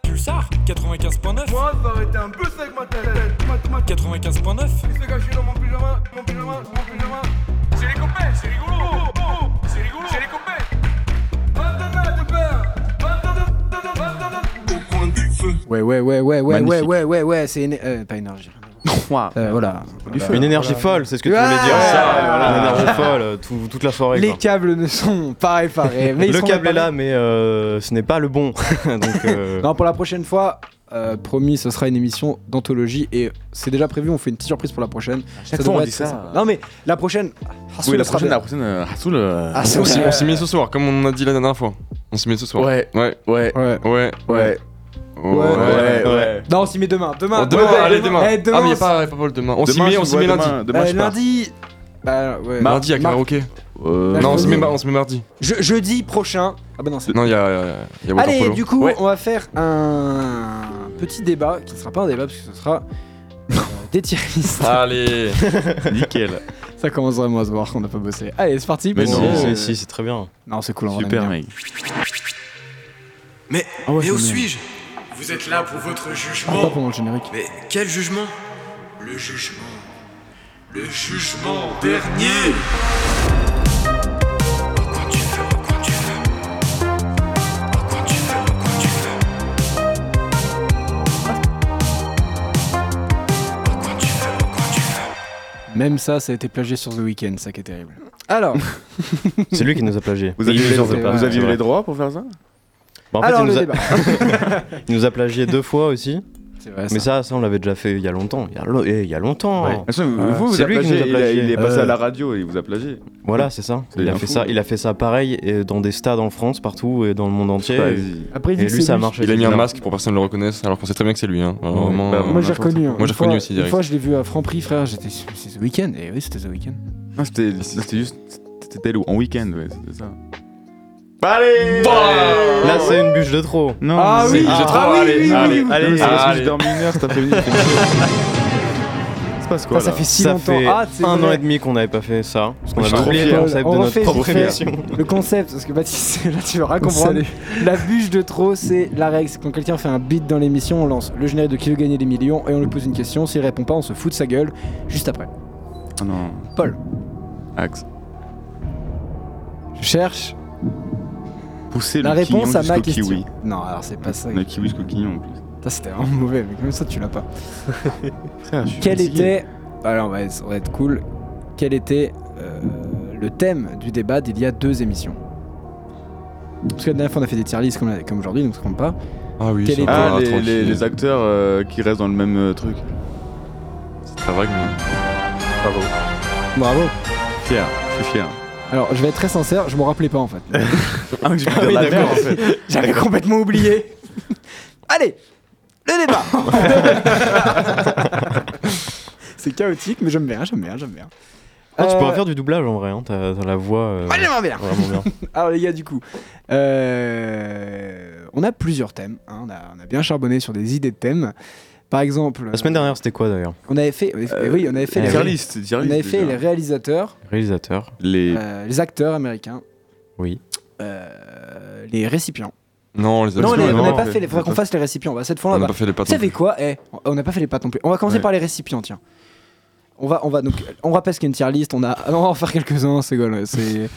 rien que d'être. Pulsar 95.9 Moi ça aurait été un peu sec ma tête 95.9 Oh, Ouais, ouais, ouais, ouais, ouais, Magnifique. ouais, ouais, ouais, ouais, c'est. éner- euh, pas énergie. Euh, voilà. hein. feu. Une énergie folle, c'est ce que tu Ah voulais dire. Ça, Ouais. voilà, une énergie folle, euh, tout- toute la soirée. Les quoi. câbles ne sont pas réparés. mais ils le sont câble est réparés. là, mais euh, ce n'est pas le bon. Donc, euh, Non, pour la prochaine fois, euh, promis, ce sera une émission d'anthologie et c'est déjà prévu. On fait une petite surprise pour la prochaine. Chaque fois, devrait on être dit ça. très sympa. Non, mais la prochaine. ah, Oui, la sera prochaine, bien. la prochaine, euh, Hassoul, euh, Ah, c'est On s'y- aussi. on s'y met ce soir, comme on a dit la dernière fois. On s'y met ce soir. Ouais, Ouais. ouais, Ouais. Ouais. ouais, Ouais. ouais, ouais. Non, on s'y met demain. Demain. Oh, demain, ouais, allez, demain. Eh, Ah, mais y a c'est- pas pas Paul demain. On s'y Demain, met, je on s'y vois met lundi. demain- Demain, euh, je pars. lundi. Bah, ouais. Mardi à karaoké. Euh, Non, on Mercredi. se met, ma- on se met mardi. Je- jeudi prochain. Ah bah non, c'est. Non, il y a, euh, y Ah bah, a water Allez, polo. du coup, Ouais. on va faire un petit débat qui ne sera pas un débat parce que ce sera euh, des tier listes. Allez. Nickel. Ça commence vraiment à se voir qu'on n'a pas bossé. Allez, c'est parti. mais pour- si, non. si, si, c'est très bien. Non, c'est cool. on aime Super, bien. mec. Mais Ah ouais, et où c'est bien. suis-je Vous êtes là pour votre Ah, jugement. Pas pendant le générique. Mais quel jugement Le jugement. Le jugement dernier Au coin du feu, au coin du feu. Au coin du feu, au coin du feu. Au coin du feu, au coin du feu. Même ça, ça a été plagié sur The Weeknd, ça qui est terrible. Alors, C'est lui qui nous a plagié. Vous aviez, nous les, en veut pas, vous aviez c'est eu vrai. les droits pour faire ça Bah, en fait, alors il le nous, a, débat. il nous a plagié deux fois aussi. C'est vrai, Mais ça. ça, ça, on l'avait déjà fait il y a longtemps. Il y a, lo- eh, il y a longtemps. Ouais. Attention, vous, vous, vous C'est a lui qui plagié, nous a il, a- plagié. il est passé Euh. à la radio et il vous a plagié. Voilà, c'est ça. C'est Il a bien fait fou. ça. Il a fait ça pareil et dans des stades en France, partout et dans le monde entier. Et- Vas-y. Après, il dit Et que lui, c'est ça a marché. Il a mis Non. un masque pour que personne ne le reconnaisse, alors qu'on sait très bien que c'est lui. Hein. Alors, Ouais. vraiment, Bah, euh, moi, Moi, j'ai n'importe reconnu. hein. Moi, j'ai Une fois- reconnu aussi Une direct. fois, je l'ai vu à Franprix, frère. J'étais, c'est The Weeknd. Et oui, c'était The Weeknd. Non, c'était c'était juste. C'était lourd. En week-end, ouais, c'était ça. Allez Là, c'est une bûche de trop. Non, Ah c'est- oui, j'ai ah trop- oui, allez, oui, oui, allez, oui, allez, oui. c'est parce que Allez. j'ai dormi une heure cet après-midi. il fait chaud. Il se passe quoi Ça, ça là fait si ça longtemps. fait Ah, c'est un vrai. an et demi qu'on n'avait pas fait ça. Parce qu'on Je suis avait trop oublié le fier. concept On de notre refait, propre c'est vrai. émission. Le concept, parce que Baptiste, là, tu vas comprendre. La bûche de trop, c'est la règle. C'est quand quelqu'un fait un beat dans l'émission, on lance le générique de qui veut gagner des millions et on lui pose une question. S'il répond pas, on se fout de sa gueule juste après. Ah non. Paul. Axe. Je cherche Pousser la le réponse quignon à ma jusqu'au question. kiwi. Non, alors c'est pas ça. Le kiwi jusqu'au quignon en plus. Putain, C'était vraiment mauvais, mais comme ça, tu l'as pas. Frère, je suis Quel fatigué. était. Alors, on va être, on va être cool. Quel était euh, le thème du débat d'il y a deux émissions Parce que la dernière fois, on a fait des tier lists comme, comme aujourd'hui, donc ça compte pas. Ah oui, Quel c'est est- Ah, encore les, tranquille. les- les acteurs euh, qui restent dans le même euh, truc. C'est très vague, mais. Bravo Fier, je suis fier. Alors, je vais être très sincère, je m'en rappelais pas en fait. Ah, mais j'ai pu dire oui, la d'accord. merde, en fait. J'avais complètement oublié. Allez, le débat C'est chaotique, mais j'aime bien, j'aime bien, j'aime bien. Ah, tu Euh, pourras faire du doublage en vrai. Hein. T'as t'as la voix euh, ouais, j'aimerais bien. vraiment bien. Alors les gars, du coup, euh, on a plusieurs thèmes. hein, on, a, on a bien charbonné sur des idées de thèmes. Par exemple, La semaine dernière, c'était quoi d'ailleurs on avait fait, on avait fait- eh oui, on avait fait, euh, les, Tier list, tier on list, avait fait déjà. les réalisateurs, Réalisateur. Les. euh, les acteurs américains, Oui. euh, les récipients. Non, les non, acteurs, les- on non, n'a pas on fait. fait- Il faudrait qu'on fasse les récipients. Bah, cette on fois-là, n'a on va pas fait les Vous pattes. non savez plus. quoi Eh, On n'a pas fait les pâtes non plus. On va commencer Ouais. par les récipients, tiens. On va, on va donc, on rappelle ce qu'est une tier list. On a, ah non, on va en faire quelques-uns, c'est gol. C'est.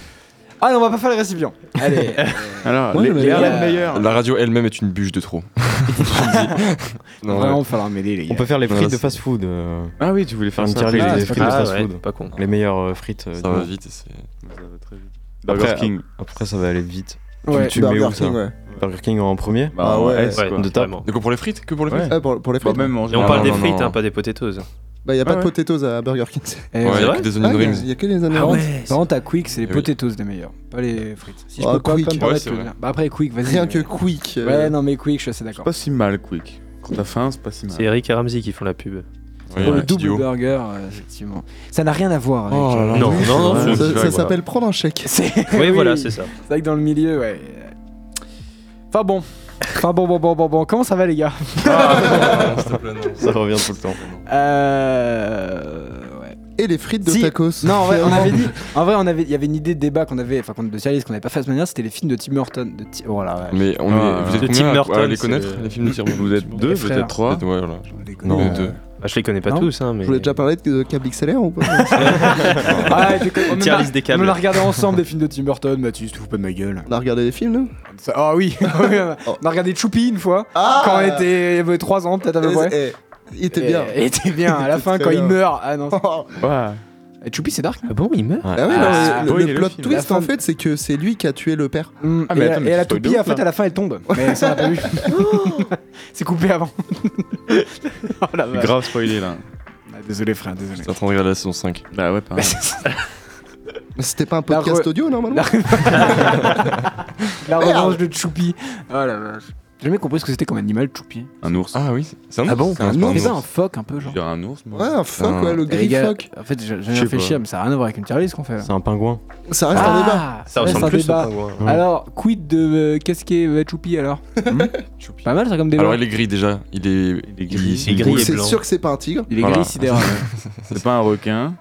Ah non, on va pas faire les récipients. Allez. euh, Alors, Ouais, les, mais les il y a- Alan Mayer. La radio elle-même est une bûche de trop. non, vraiment, falloir m'aider les On gars. peut faire les Voilà, frites de c'est- fast-food. euh, Ah oui, tu voulais Faire faire une ça. tier list Ah, des c'est frites pas de Ah ouais, fast-food. pas con. Les meilleures euh, frites. euh, ça du va monde. vite. et c'est- Burger Après, King. Après, ça va aller vite. Ouais. tu mets où, ça Burger King en premier Bah, ouais, S, Ouais, quoi. de tape. vraiment. Du coup, pour les frites Que pour les frites Ouais. Ah, pour, pour les Bah, frites, même en Et on général. non, parle des non, frites, non. hein, pas des potatoes. bah, y a pas Ah de ouais. potatoes à Burger King. c'est- Eh, Ouais, c'est avec vrai des Ah, onion y a- rings. y a que les Par ananas. contre, par contre, à Quick, c'est les Eh oui. Ah, potatoes les meilleurs, pas les frites. Si je Oh, peux pas- pas me Quick. Ouais, permettre c'est de- vrai. Bah après, Quick, vas-y. Rien mais- que quick. euh, Ouais, non, mais Quick, je suis assez C'est d'accord. pas si mal, Quick. Quand t'as faim, c'est pas si mal. C'est Eric et Ramsey qui font la pub. Ouais, Pour ouais, le double idiot. burger, euh, effectivement. Ça n'a rien à voir avec. euh, Oh là là. Non, oui, non, c'est non, Ça, vrai. c'est- ça voilà. s'appelle prendre un chèque. C'est Oui, voilà, c'est ça. C'est vrai que dans le milieu, ouais. euh, Enfin bon. Enfin bon, bon, bon, bon, bon. Comment ça va, les gars Ah, non, s'il te plaît, non. Ça revient tout le temps. Euh. ouais. Et les frites de Si. tacos. Non, en vrai, on Vraiment. avait dit. En vrai, on avait, il y avait une idée de débat qu'on avait, enfin, qu'on de série qu'on n'avait pas fait la semaine dernière, c'était les films de Tim Burton. De Ti- oh voilà, ouais. Mais on Ah, est, vous êtes de combien Tim à- Burton, à les c'est connaître, le- les films de Tim Burton Vous êtes deux, Les frères. peut-être trois. Ouais, voilà. Je les connais, Non, Les euh, deux. Bah, je les connais pas Non. tous, hein, mais. Je voulais déjà parler de, de câble XLR ou pas Ah, ouais, tu connais- on Tier en a- list des câbles. On a regardé ensemble des films de Tim Burton, Mathis, tu te fous pas de ma gueule. On a regardé les films, nous Ça- Ah oui, on a regardé Choupi une fois, Ah quand on était il y avait 3 ans, peut-être à peu près. Eh, eh, Il était bien. Il était bien. À la était fin, très quand il bien. meurt. Ah non. Ouais. Et Choupi, c'est dark. Ah bon, il meurt Ah ouais, non, Ah, le, oui, le il est le plot film. La twist fin en de- fait, c'est que c'est lui qui a tué le père. Mm, Ah, mais et, attends, la- mais et c'est la spoil de toupie, en ouf, fait, là. à la fin, elle tombe. Mais ça, on l'a pas vu. c'est coupé avant. oh la vache. Grave spoilé là. Ah, Désolé, frère, désolé. T'es en train de regarder la saison 5. Bah ouais, pareil. C'était pas un La podcast re- audio normalement La, La revanche de Choupi. Oh la vache. J'ai jamais compris ce que c'était comme animal, Choupi. Un ours. Ah oui, c'est un Ah bon c'est un- c'est pas C'est un ça, un ours. phoque un peu, genre. Je dirais un ours, moi. Ouais, un phoque, ouais, le Eh, les gris gars, phoque. En fait, j'ai j'ai Je sais réfléchi, pas. mais ça n'a rien à voir avec une tier list, ce qu'on fait là. C'est un pingouin. Ça Ah, reste un débat. Ça ressemble reste un plus au débat. pingouin. Ouais. Alors, quid de euh, qu'est-ce qu'est euh, Choupi alors Choupi. Pas mal ça comme débat. Alors il est gris déjà. Il est. Il est gris. C'est gris Donc, et C'est blanc. sûr que c'est pas un tigre. Il est Voilà. gris sidéral. C'est pas un requin.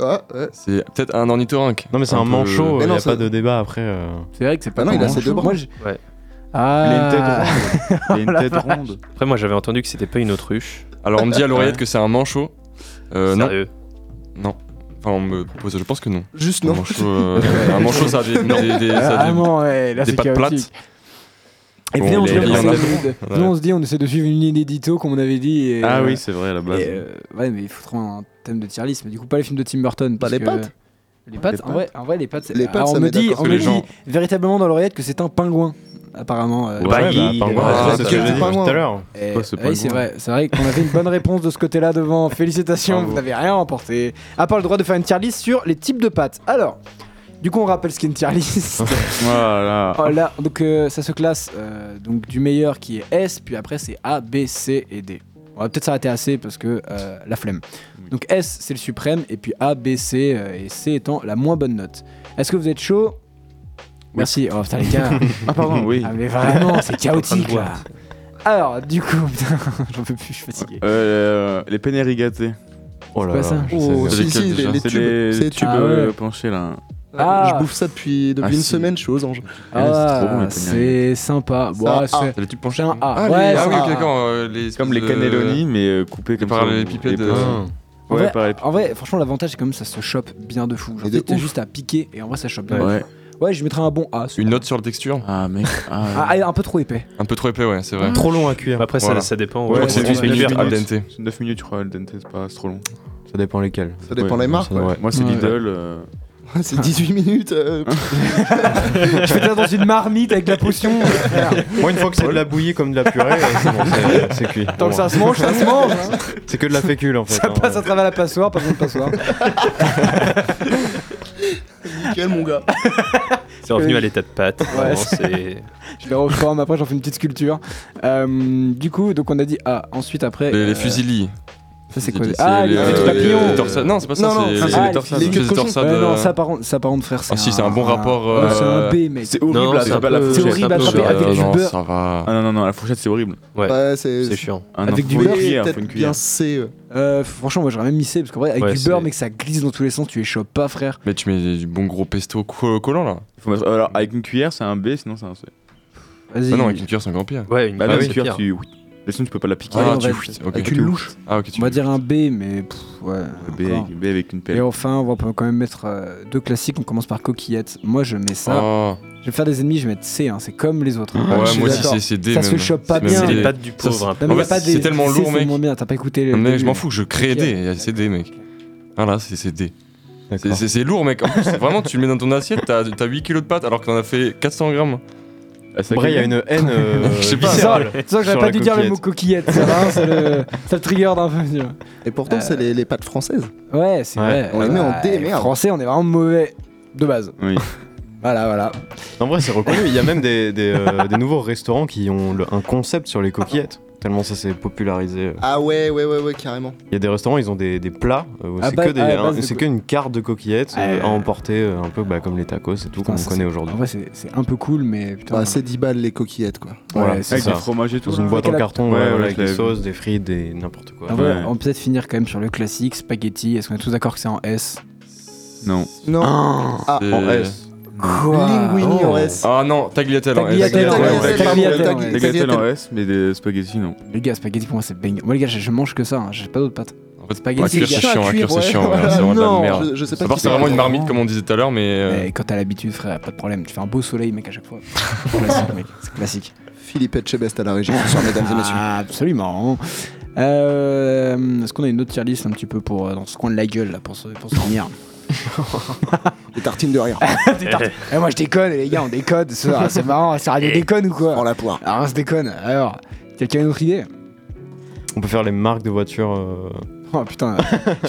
Ah, ouais. C'est peut-être un ornithorynque. Non, mais c'est Un un, peu- manchot, euh. Mais il non, a ça- pas de débat après. euh. C'est vrai que c'est pas Bah non, il a vraiment ses deux chaud. bras. Moi, j'ai- Ouais. Il a Ah. une tête ronde. Il a une tête ronde. Après, moi, j'avais entendu que c'était pas une autruche. Alors on me dit à l'oreillette que c'est un manchot. Euh, non. Sérieux. Non. Enfin, on me propose, je pense que non. Juste Un non. manchot, euh, un manchot, ça a des, des- des- ça a Ah, des- Vraiment, ouais, là des c'est pattes chaotique. plates. Et Bon, puis là, on les- se il y en a demande- trop. nous, on se dit, on essaie de suivre une ligne d'édito comme on avait dit. et- Ah oui, c'est vrai, à la base. Et, euh, ouais, mais il faut trouver un thème de tier list. Mais du coup, pas les films de Tim Burton. Pas parce les que- pattes. Les pattes, en vrai, en vrai, les pattes. c'est- Les pattes, Alors, on ça me met dit, d'accord on sur me les dit gens. véritablement dans l'oreillette que c'est un pingouin, apparemment. euh, Ouais. Bah, Ouais, il- bah, pingouin, Ouais, c'est ouais, ce que bah, j'ai dit pingouin. tout à l'heure. Eh, Quoi, ce oui, c'est pingouin vrai, c'est vrai qu'on a fait une bonne réponse de ce côté-là devant. Félicitations, vous n'avez rien emporté. À part le droit de faire une tier list sur les types de pâtes. Alors, du coup, on rappelle ce qu'est une tier list. Voilà. Oh là, donc euh, ça se classe euh, donc du meilleur qui est S, puis après c'est A, B, C et D. On va peut-être s'arrêter à C parce que euh, la flemme. Donc S c'est le suprême et puis A, B, C euh, et C étant la moins bonne note. Est-ce que vous êtes chaud Merci. Oh putain les gars. Ah, pardon, oui. Ah, mais vraiment, c'est chaotique de là. Alors du coup, putain, j'en peux plus, je suis fatigué. Euh, les pénérigatés. Oh là pas là. ça. je sais, Oh, mais- c'est si, lesquels si, les, déjà les C'est tubes. C'est les les tubes. tubes Ah ouais. euh, penchés là. Ah. Je bouffe ça depuis, depuis Ah, une si. semaine, je suis aux anges. c'est trop bon, Ah, les c'est sympa. un Bon, A. c'est C'est les tubes c'est penchés. un A. Ouais, Ah, les- c'est Ah oui, un ok, A. d'accord. euh, les espèces Comme les de- cannelloni, mais euh, coupés comme ça. par les pipèdes, Les- euh, En Ouais, vrai, par les En vrai, franchement, l'avantage c'est quand même ça se chope bien de fou. Genre, Et de t'as- t'as ouf. juste à piquer et en vrai ça chope bien. pipèdes. Ouais. Ouais, je mettrais un bon A. c'est- Une note sur la texture. Ah, mec. Ah, Ah, ah, un peu trop épais. Un peu trop épais, ouais, c'est vrai. Trop long à cuire. Après, ça, Voilà. ça dépend. Ouais, Ouais, c'est tu juste fais une cuire. minute. al dente. 9 minutes, je crois, al dente, c'est pas c'est trop long. Ça dépend lesquels. Ça dépend Ouais, des marques. ça ouais. devrait. Moi, c'est Ouais. Lidl. euh, C'est 18 minutes. euh, Je fais ça dans une marmite avec de la potion. Moi, une fois que c'est de la bouillie comme de la purée, euh, c'est bon, c'est- c'est cuit. Tant que ça se mange, ça se mange. hein. C'est que de la fécule en fait. Ça hein. passe à travers la passoire, pas besoin de passoire. Nickel, mon gars. C'est revenu à l'état de pâte. Vraiment, c'est. Je les reforme, après j'en fais une petite sculpture. Euh, du coup, donc on a dit A. Ensuite, après. Les, euh, les fusilis. Ça, c'est quoi Fusilis, Ah, les euh, les papillons. les torsades- Non, c'est pas ça, Non, non, c'est ça, les- c'est ah, les les torsades. c'est Les les torsades. Ouais, non, euh, ça par, contre- ça, par contre, frère, c'est. Ah, si, c'est un bon rapport, Ouais, C'est un euh, B, mec. C'est horrible, Non, là, c'est c'est un pas la peu- C'est fourchette. horrible à peu attraper genre, avec euh, du non, beurre. ça va. Ah non, non, non, la fourchette, c'est horrible. Ouais, c'est. C'est chiant. Ah, non, Avec faut du une beurre, cuillère, faut une peut-être bien cuillère. C. euh. Euh, franchement, moi j'aurais même mis C parce qu'en vrai, avec Ouais, du beurre, c'est- mec, ça glisse dans tous les sens, tu les chopes pas, frère. Mais tu mets du bon gros pesto co- collant là. Faut mettre- Alors, avec une cuillère, c'est un B, sinon c'est un C. Vas-y. Ah non, avec une cuillère, c'est encore pire. Ouais, une Bah, non, ah avec oui, une cuillère, pire. tu. oui. Mais sinon, tu peux pas la piquer. Ouais, Ah, on tu. va- oui, ok. Avec une louche. Ah, ok, tu. On va dire un B, mais pff, ouais. B, encore. avec, B avec une Et pelle. enfin, on va quand même mettre euh, deux classiques. On commence par coquillette. Moi, je mets ça. Ah, Je vais me faire des ennemis, je vais mettre C. hein, C'est comme les autres. ouais, Je suis moi aussi, d'accord. c'est- c'est D. Ça se même. chope pas C'est bien. même C'est D. les pattes du Ça, pauvre. hein. un Non, peu. mais En y a fait, pas c'est des- tellement C, lourd, c'est mec. moins bien. T'as pas écouté. le Non, mais début. je m'en fous, je crée Ok. D, c'est D mec. Voilà, c'est c'est D. C'est- D'accord. C'est c'est lourd mec. En plus, vraiment, tu le mets dans ton assiette, t'as t'as 8 kilos de pâtes alors que t'en as fait 400 grammes. Après, il y a une haine. euh, Je sais pas. C'est ça, viscérale. c'est ça que j'aurais Sur pas la dû dire le mot coquillette. Ça va, hein, ça le, ça le trigger d'un peu. tu vois. Et pourtant, c'est les, les pâtes françaises. Ouais, c'est Ouais. vrai. On les met en D, Ouais, merde. Français, on est vraiment mauvais de base. Oui. Voilà, voilà. En vrai, c'est reconnu. Il y a même des, des, euh, des nouveaux restaurants qui ont le- un concept sur les coquillettes. Tellement ça s'est popularisé. Ah ouais, ouais, ouais, ouais, carrément. Il y a des restaurants, ils ont des, des plats. euh, où Ah c'est bah- que des- ah, à un- base de c'est co- que une carte de coquillettes euh, Ouais. à emporter, euh, un peu bah, comme les tacos et tout, Putain, comme on ça, connaît c'est- aujourd'hui. En vrai, c'est c'est un peu cool, mais putain. Bah, c'est 10 balles les coquillettes, quoi. Voilà, ouais, c'est Avec ça. du fromage et tout. Dans une boîte en Quel- carton, Ouais, ouais, ouais, voilà, je avec l'avais des vu. sauces, des frites, des n'importe quoi. En vrai, Ouais. Ah On peut peut-être finir quand même sur le classique spaghetti. Est-ce qu'on est tous d'accord que c'est en S Non. Non. Ah, C'est- En S. Linguini en Oh. S. Ah non, tagliatelle en S. Tagliatelle, Ah, Ouais, ouais, ouais. ouais. tagliatelle, ouais. Des gâteaux en S, mais des spaghettis, non. Les gars, spaghetti pour moi c'est baigne. Moi les gars, je, je mange que ça, hein, j'ai pas d'autres pâtes. En fait, Spaghetti, à cuire, c'est Chaud à chiant, à cuire, cuire, c'est ouais, chiant. ouais, voilà. C'est vraiment de la Non, merde. je- je sais pas À part, qui c'est fait vraiment une ça. marmite comme on disait tout à l'heure, mais. euh, Et quand t'as l'habitude, frère, pas de problème. Tu fais un beau soleil, mec, à chaque fois. C'est classique, mec, c'est classique. Philippe Etchebest à la régie. Bonsoir, mesdames et messieurs. Ah, absolument. Euh, Est-ce qu'on a une autre tier list un petit peu pour, euh, dans ce coin de la gueule là, pour se, pour se finir Des tartines de rire. Des tartines. Eh, moi je déconne, les gars, on déconne. ce soir. C'est marrant, c'est radio déconne ou quoi On la poire. Ah, on se déconne. Alors, quelqu'un a une autre idée On peut faire les marques de voitures. euh, Oh putain,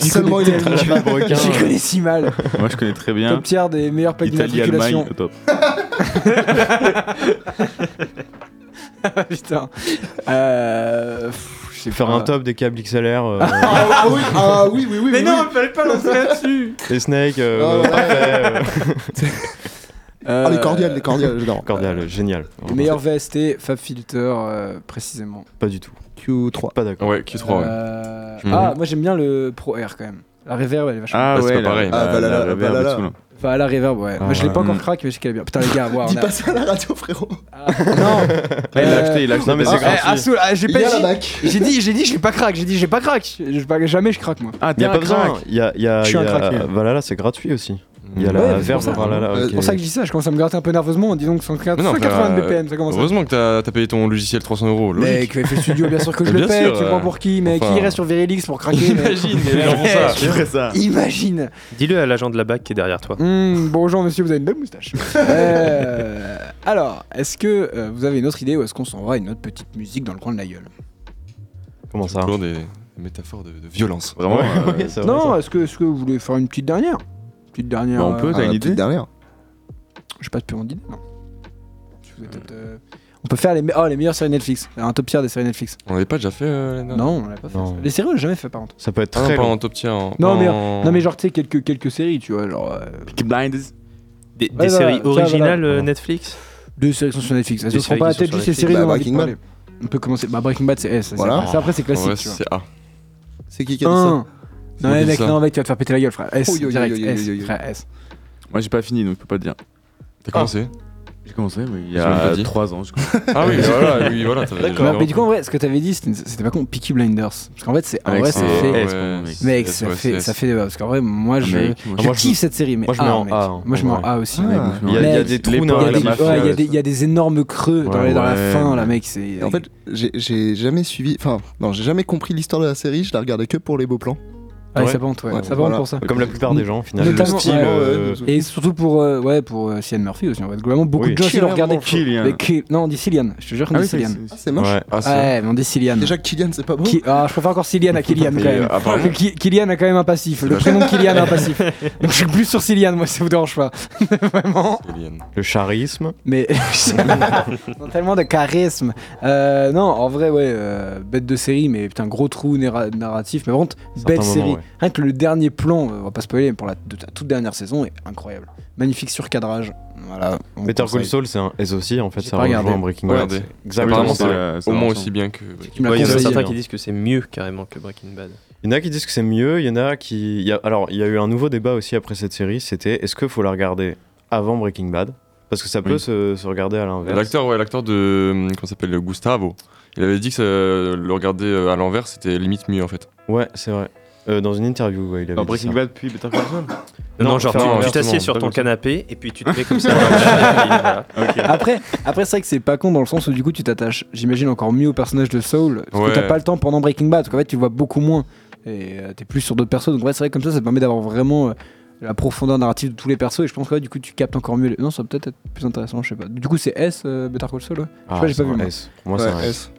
j'y Seulement connais il est tellement- très marocain. j'y connais si mal. Moi, je connais très bien. Top tiers des meilleurs packs Italie, d'immatriculation. Allemagne, top. Ah, putain. Euh, pff, je sais Faire pas. un top des câbles XLR. euh, Ah oui, ah oui, oui, oui. Mais oui, non, oui. fallait pas lancer là-dessus. les snakes. Ah euh, ouais. parfait, Euh, Ah, les cordiales, les cordiales, euh, j'adore. Cordial, génial. Les meilleurs VST, Fab Filter, euh, précisément. Pas du tout. Q3. Pas d'accord. Ouais, Q3, ouais. Euh, Mhm. Ah, moi j'aime bien le Pro Air quand même. La reverb, elle est vachement. Ah c'est ouais, pas pareil. Ah, bah Valhalla, Valhalla. Enfin, la reverb, ouais. Ah, moi je l'ai ouais. pas encore Mm. crack, mais je qu'elle est bien. Putain, les gars, waouh. Dis on a- pas ça à la radio, frérot. Non, Ah, il l'a Euh, acheté, il l'a acheté. Non, mais c'est Ah, grave. eh, Assoul, ah, j'ai Il y pas a la dit. Mac. J'ai dit, j'ai dit, je l'ai pas crack. J'ai dit, j'ai pas crack. Je- je- jamais je craque moi. Ah, Il t'es y a pas un crack. besoin. Il y a, il y a, Je suis un il y a- crack, lui. Valhalla, c'est gratuit aussi. Il y a Ouais, la mais c'est verve. pour ça. Valhalla, Euh, ok. C'est pour ça que je dis ça, je commence à me gratter un peu nerveusement. Dis donc, 180 Mais non, 180 bah, BPM, ça commence à. Heureusement que t'as t'as payé ton logiciel 300 euros. Mec, logique. fait Studio, bien sûr que je Bien le paye. sûr, tu euh, prends pour qui, mec enfin. Il irait sur Verilix pour craquer. mec. Imagine, les gens font Ah, Ah, ça. Qui ferait ça Imagine Dis-le à l'agent de la BAC qui est derrière toi. Hmm, Bonjour monsieur, vous avez une belle moustache. Euh, alors, est-ce que euh, vous avez une autre idée ou est-ce qu'on s'en va à une autre petite musique dans le coin de la gueule Comment ça Toujours des des métaphores de de violence. Vraiment euh, Ouais, c'est vrai, ça. Non, est-ce que, est-ce que vous voulez faire une petite dernière Petite dernière. Bah, on peut, euh, ah, t'as une idée Ah, derrière. J'ai pas de pub en d'idée, non. Je vous ai peut-être, euh, On peut faire les, me- oh, les meilleures séries Netflix, un top tier des séries Netflix. On l'avait pas déjà fait euh, l'année dernière Non, on l'a pas fait. Non. ça. Les séries, on l'a jamais fait par contre. Ça peut être Ah non, très pas long. en top tier. en- Non, pas mais- en- Non, mais genre, tu sais, quelques, quelques séries, tu vois. Genre, euh, Peaky Blinders. Des, Ouais, des voilà, séries ça, voilà. originales euh, Voilà. Netflix deux séries qui sont sur Netflix. Vas-y, Deux on se prend séries pas la qui sont tête sur juste les Netflix. séries. Bah, dont on a envie de Breaking parler. On peut commencer. Bah, Breaking Bad, c'est. eh, ça, c'est- Voilà. ça, après, c'est En classique, vrai, tu vois. c'est A. C'est qui qui a dit ça Un. Non, mais Faut mec, dire ça. non, mec, tu vas te faire péter la gueule, frère. S, Oh, yo, yo, direct. yo, yo, S, yo, yo. frère, S. Moi, j'ai pas fini, donc je peux pas te dire. T'as commencé J'ai commencé, mais il y Je l'ai pas a dit. 3 ans, je crois. Ah oui, voilà, oui, voilà. t'avais- Ouais, j'avais mais du coup, en vrai, ce que t'avais dit, c'était c'était pas con. Peaky Blinders. Parce qu'en fait, c'est. En Mec, vrai, c'est- c'est fait. ouais, Mec, ça fait, ça fait débat. Parce qu'en vrai, moi, je. Mec, moi, Je moi, je- kiffe cette série, mais moi, je A, mets en mec. A, hein, Moi, je en mets en vrai. A aussi, Ah. mec. Il Il y a, il y a Mec, des les trous dans portes Il y a la de des- la mafia, mafia. ouais, il y a ouais, des- il y a des énormes creux dans Ouais, la- dans la ouais. fin, là, mec. C'est. Et en fait, j'ai- j'ai jamais suivi. Enfin, non, j'ai jamais compris l'histoire de la série. Je la regardais que pour les beaux plans. Ah, Ouais. ça pente, ouais. Ouais, Ça pente voilà. pour ça. Comme la plupart des gens, au final. Le Notamment, style. ouais, euh, ouais, Et surtout pour, euh, ouais, pour euh, Cillian Murphy aussi. En fait. Globalement, beaucoup Oui. de gens qui l'ont regardé. Killian. Mais qui- Non, on dit Cillian. Je te jure qu'on Ah dit oui, c'est Cillian. c'est- Ah, c'est moche. ouais. Ah, c'est- Ouais, mais on dit Cillian. Déjà, Kylian, c'est pas beau. Ki- Ah, je préfère encore Cillian à Kylian quand Et, même. euh, apparemment- Parce que Ki- Kylian a quand même un passif. Le prénom de Kylian a un passif. Donc je suis plus sur Cillian, moi, ça vous dérange pas. Vraiment. Alien. Le charisme. Mais. Ils ont tellement de charisme. Euh, non, en vrai, ouais, euh, bête de série, mais putain, gros trou narra- narratif. Mais par contre, belle moments, série. ouais. Rien que le dernier plan, euh, on va pas spoiler, mais pour la, de la toute dernière saison est incroyable. Magnifique surcadrage. Voilà. on Better Call conseille. Saul, c'est un S aussi, en fait, J'ai ça pas regardé. rejoint un Breaking Bad. Regardez. Exactement. Apparemment, ça. c'est- euh, ça Au moins ressemble. aussi bien que. ouais. Tu me l'as Ouais, Il y en a conseillé. hein. certains qui disent que c'est mieux carrément que Breaking Bad. Il y en a qui disent que c'est mieux, il y en a qui. il y a- Alors, il y a eu un nouveau débat aussi après cette série, c'était est-ce qu'il faut la regarder avant Breaking Bad Parce que ça peut Oui. se, se regarder à l'inverse. L'acteur, ouais, l'acteur de. hum, Comment s'appelle Gustavo. Il avait dit que ça- le regarder euh, à l'envers, c'était limite mieux en fait. Ouais, c'est vrai. Euh, dans une interview, ouais, il avait Dans dit Breaking ça. Bad, puis Better Call Saul Non, Non, genre, faire tu- inversement, tu t'assieds sur pas ton comme ça. canapé et puis tu te mets comme ça. Voilà. Après, après c'est vrai que c'est pas con dans le sens où du coup tu t'attaches, j'imagine, encore mieux au personnage de Saul. Parce Ouais. que t'as pas le temps pendant Breaking Bad. Parce qu'en fait, tu le vois beaucoup moins. Et euh, t'es plus sur d'autres personnes. Donc, ouais, c'est vrai que comme ça, ça te permet d'avoir vraiment euh, la profondeur narrative de tous les persos. Et je pense que ouais, du coup, tu captes encore mieux. les- Non, ça va peut-être être plus intéressant, je sais pas. Du coup, c'est S, euh, Better Call Saul. ouais. Je Ah, sais pas, j'ai c'est pas vu, un moi. S. Pour moi, Ouais, c'est un S. S.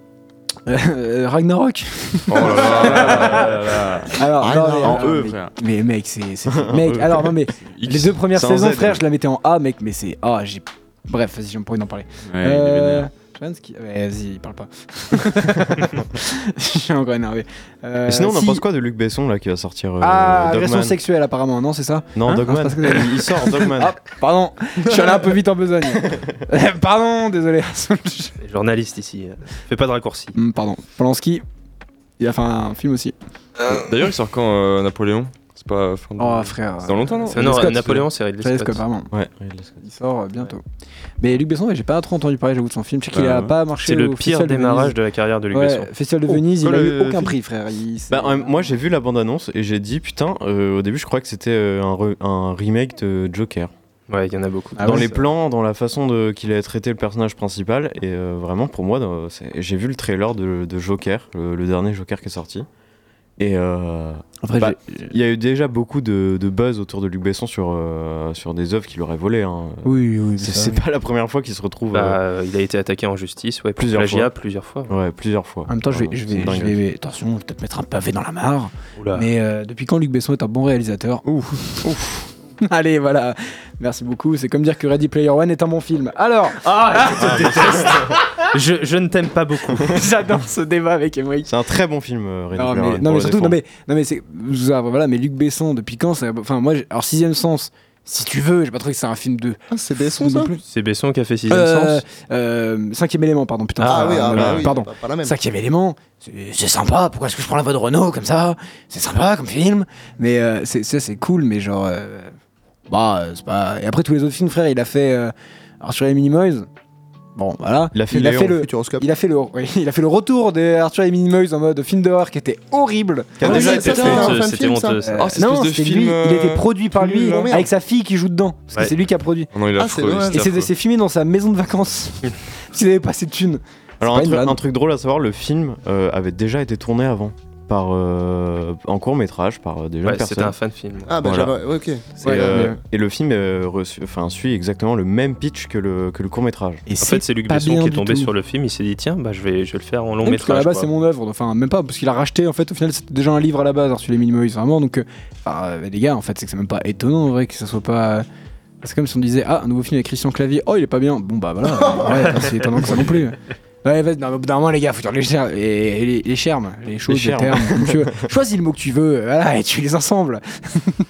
Euh, Ragnarok. Oh là là Alors, Ah, non, non, mais, En alors, E, mais- frère. Mais mec, c'est. c'est- Mec, alors non, mais les deux premières Sans saisons, Z, frère, oui. je la mettais en A, mec, mais c'est. Ah, j'ai. Bref, vas-y, j'en pourrais en parler. Ouais, il est Euh, vénère. je sais pas ce qui- ouais, Vas-y, il parle pas. je suis encore énervé. Euh, Et sinon, on en si- pense quoi de Luc Besson là qui va sortir euh, Ah, agression Dogman sexuelle apparemment, non, c'est ça Non, Hein Dogman. Ah, c'est parce que- il sort Dogman. Ah, pardon, je suis allé un peu vite en besogne. Euh, pardon, désolé. Les journalistes ici, euh, fais pas de raccourci. Hum, pardon, Polanski, il a fait un film aussi. D'ailleurs, il sort quand euh, Napoléon C'est pas euh, fin de- Ah, Oh frère. C'est dans longtemps, non C'est Non, Ridley Scott, Napoléon, c'est Ridley Ridley Scott, Scott. apparemment. Ouais. Il sort euh, bientôt. Mais Luc Besson, ouais, j'ai pas trop entendu parler, j'avoue, de son film. Je sais qu'il Bah, a ouais. pas marché. C'est le au pire Festival de démarrage Venise. de la carrière de Luc ouais, Besson. Festival de Oh, Venise, il comme a eu le aucun film. prix, frère. Il- c'est- Bah, en- moi j'ai vu la bande annonce et j'ai dit putain euh, au début je crois que c'était euh, un, re- un remake de Joker. Ouais, il y en a Ah beaucoup. dans les plans, dans la façon de- qu'il a traité le personnage principal. Et euh, vraiment, pour moi, dans- c'est- j'ai vu le trailer de, de Joker, le, le dernier Joker qui est sorti. Et euh, Après, bah, il y a eu déjà beaucoup de, de buzz autour de Luc Besson sur, euh, sur des œuvres qu'il aurait volées. hein. Oui, oui, C'est ça, c'est oui. pas la première fois qu'il se retrouve. Bah, euh, euh, il a été attaqué en justice, ouais, pour plusieurs plagiat, fois. plusieurs fois. euh, Ouais, plusieurs fois. En même temps, je vais, Vraiment, je c'est vais, dingue. je vais- attention, je vais peut-être mettre un pavé dans la mare. Oula. Mais euh, depuis quand Luc Besson est un bon réalisateur Ouf, ouf. Allez, voilà. Merci beaucoup. C'est comme dire que Ready Player One est un bon film. Alors, Ah, je te déteste. je, je ne t'aime pas beaucoup. j'adore ce débat avec Emmerich. C'est un très bon film, euh, Ready Non Player mais, One, non, pour mais le surtout, non défendre. mais, non, mais c'est, vous avez- voilà, mais Luc Besson, depuis quand ça- Enfin, moi, j'ai- alors sixième sens, si tu veux, j'ai pas trouvé que c'est un film de. Ah, c'est Besson, ça C'est Besson qui a fait Sixième Euh, Sens. euh, cinquième élément, pardon, putain. Ah c'est- oui, ah euh, bah oui, pardon. pas- pas la même. Cinquième élément, c'est, c'est sympa. Pourquoi est-ce que je prends la voix de Renault comme ça C'est sympa comme film, mais euh, c'est, ça c'est cool, mais genre, euh, bah euh, c'est pas. Et après tous les autres films, frère, il a fait euh, Arthur et Minimoys. Bon, voilà. Il a fait il a Léon, fait le, Futuroscope. il a fait le, oui, il a fait le retour de Arthur et Minimoys en mode film d'horreur qui était horrible. Qui a Ah, déjà c'est été ça, c'est fait. un honteux, fan c'était film, ça. honteux, ça. Euh, Ah, c'est non, espèce de c'était film, lui, il a été euh, produit par tout lui, nul, là. avec sa fille qui joue dedans, parce Ouais. que c'est lui qui a produit. Ah non, il est Ah, affreux, c'est il est dommage. Et c'est affreux. c'est fini dans sa maison de vacances, parce qu'il avait pas assez de thunes. Alors pas un une truc, vanne. un truc drôle à savoir, le film euh, avait déjà été tourné avant par euh, en court métrage par euh, des jeunes Ouais, c'était personnes. un fan film. Ah, bah Voilà. j'avais. ouais, ok. Et, Ouais, euh, mais- et le film euh, reçu- enfin, suit exactement le même pitch que le, que le court métrage. Et En fait, c'est Luc pas Besson bien qui est du tombé tout. sur le film. Il s'est dit tiens, bah, je vais, je vais le faire en long Oui, parce qu'à métrage. la base, quoi. c'est mon œuvre. Enfin, même pas, parce qu'il a racheté, en fait, au final, c'était déjà un livre à la base, sur les minimoïs, vraiment. Donc, euh, enfin, euh, les gars, en fait, c'est que c'est même pas étonnant, en vrai, que ça soit pas. euh, C'est comme si on disait, ah, un nouveau film avec Christian Clavier, oh, il est pas bien. Bon, bah voilà, ouais, enfin, c'est étonnant que ça non plus. Ouais, vas-y, non, mais au bout d'un moment, les gars, faut dire les, cher- et- et les, les germes, les choses, les, germes. termes. comme tu veux. Choisis le mot que tu veux, euh, voilà, et tu les ensembles.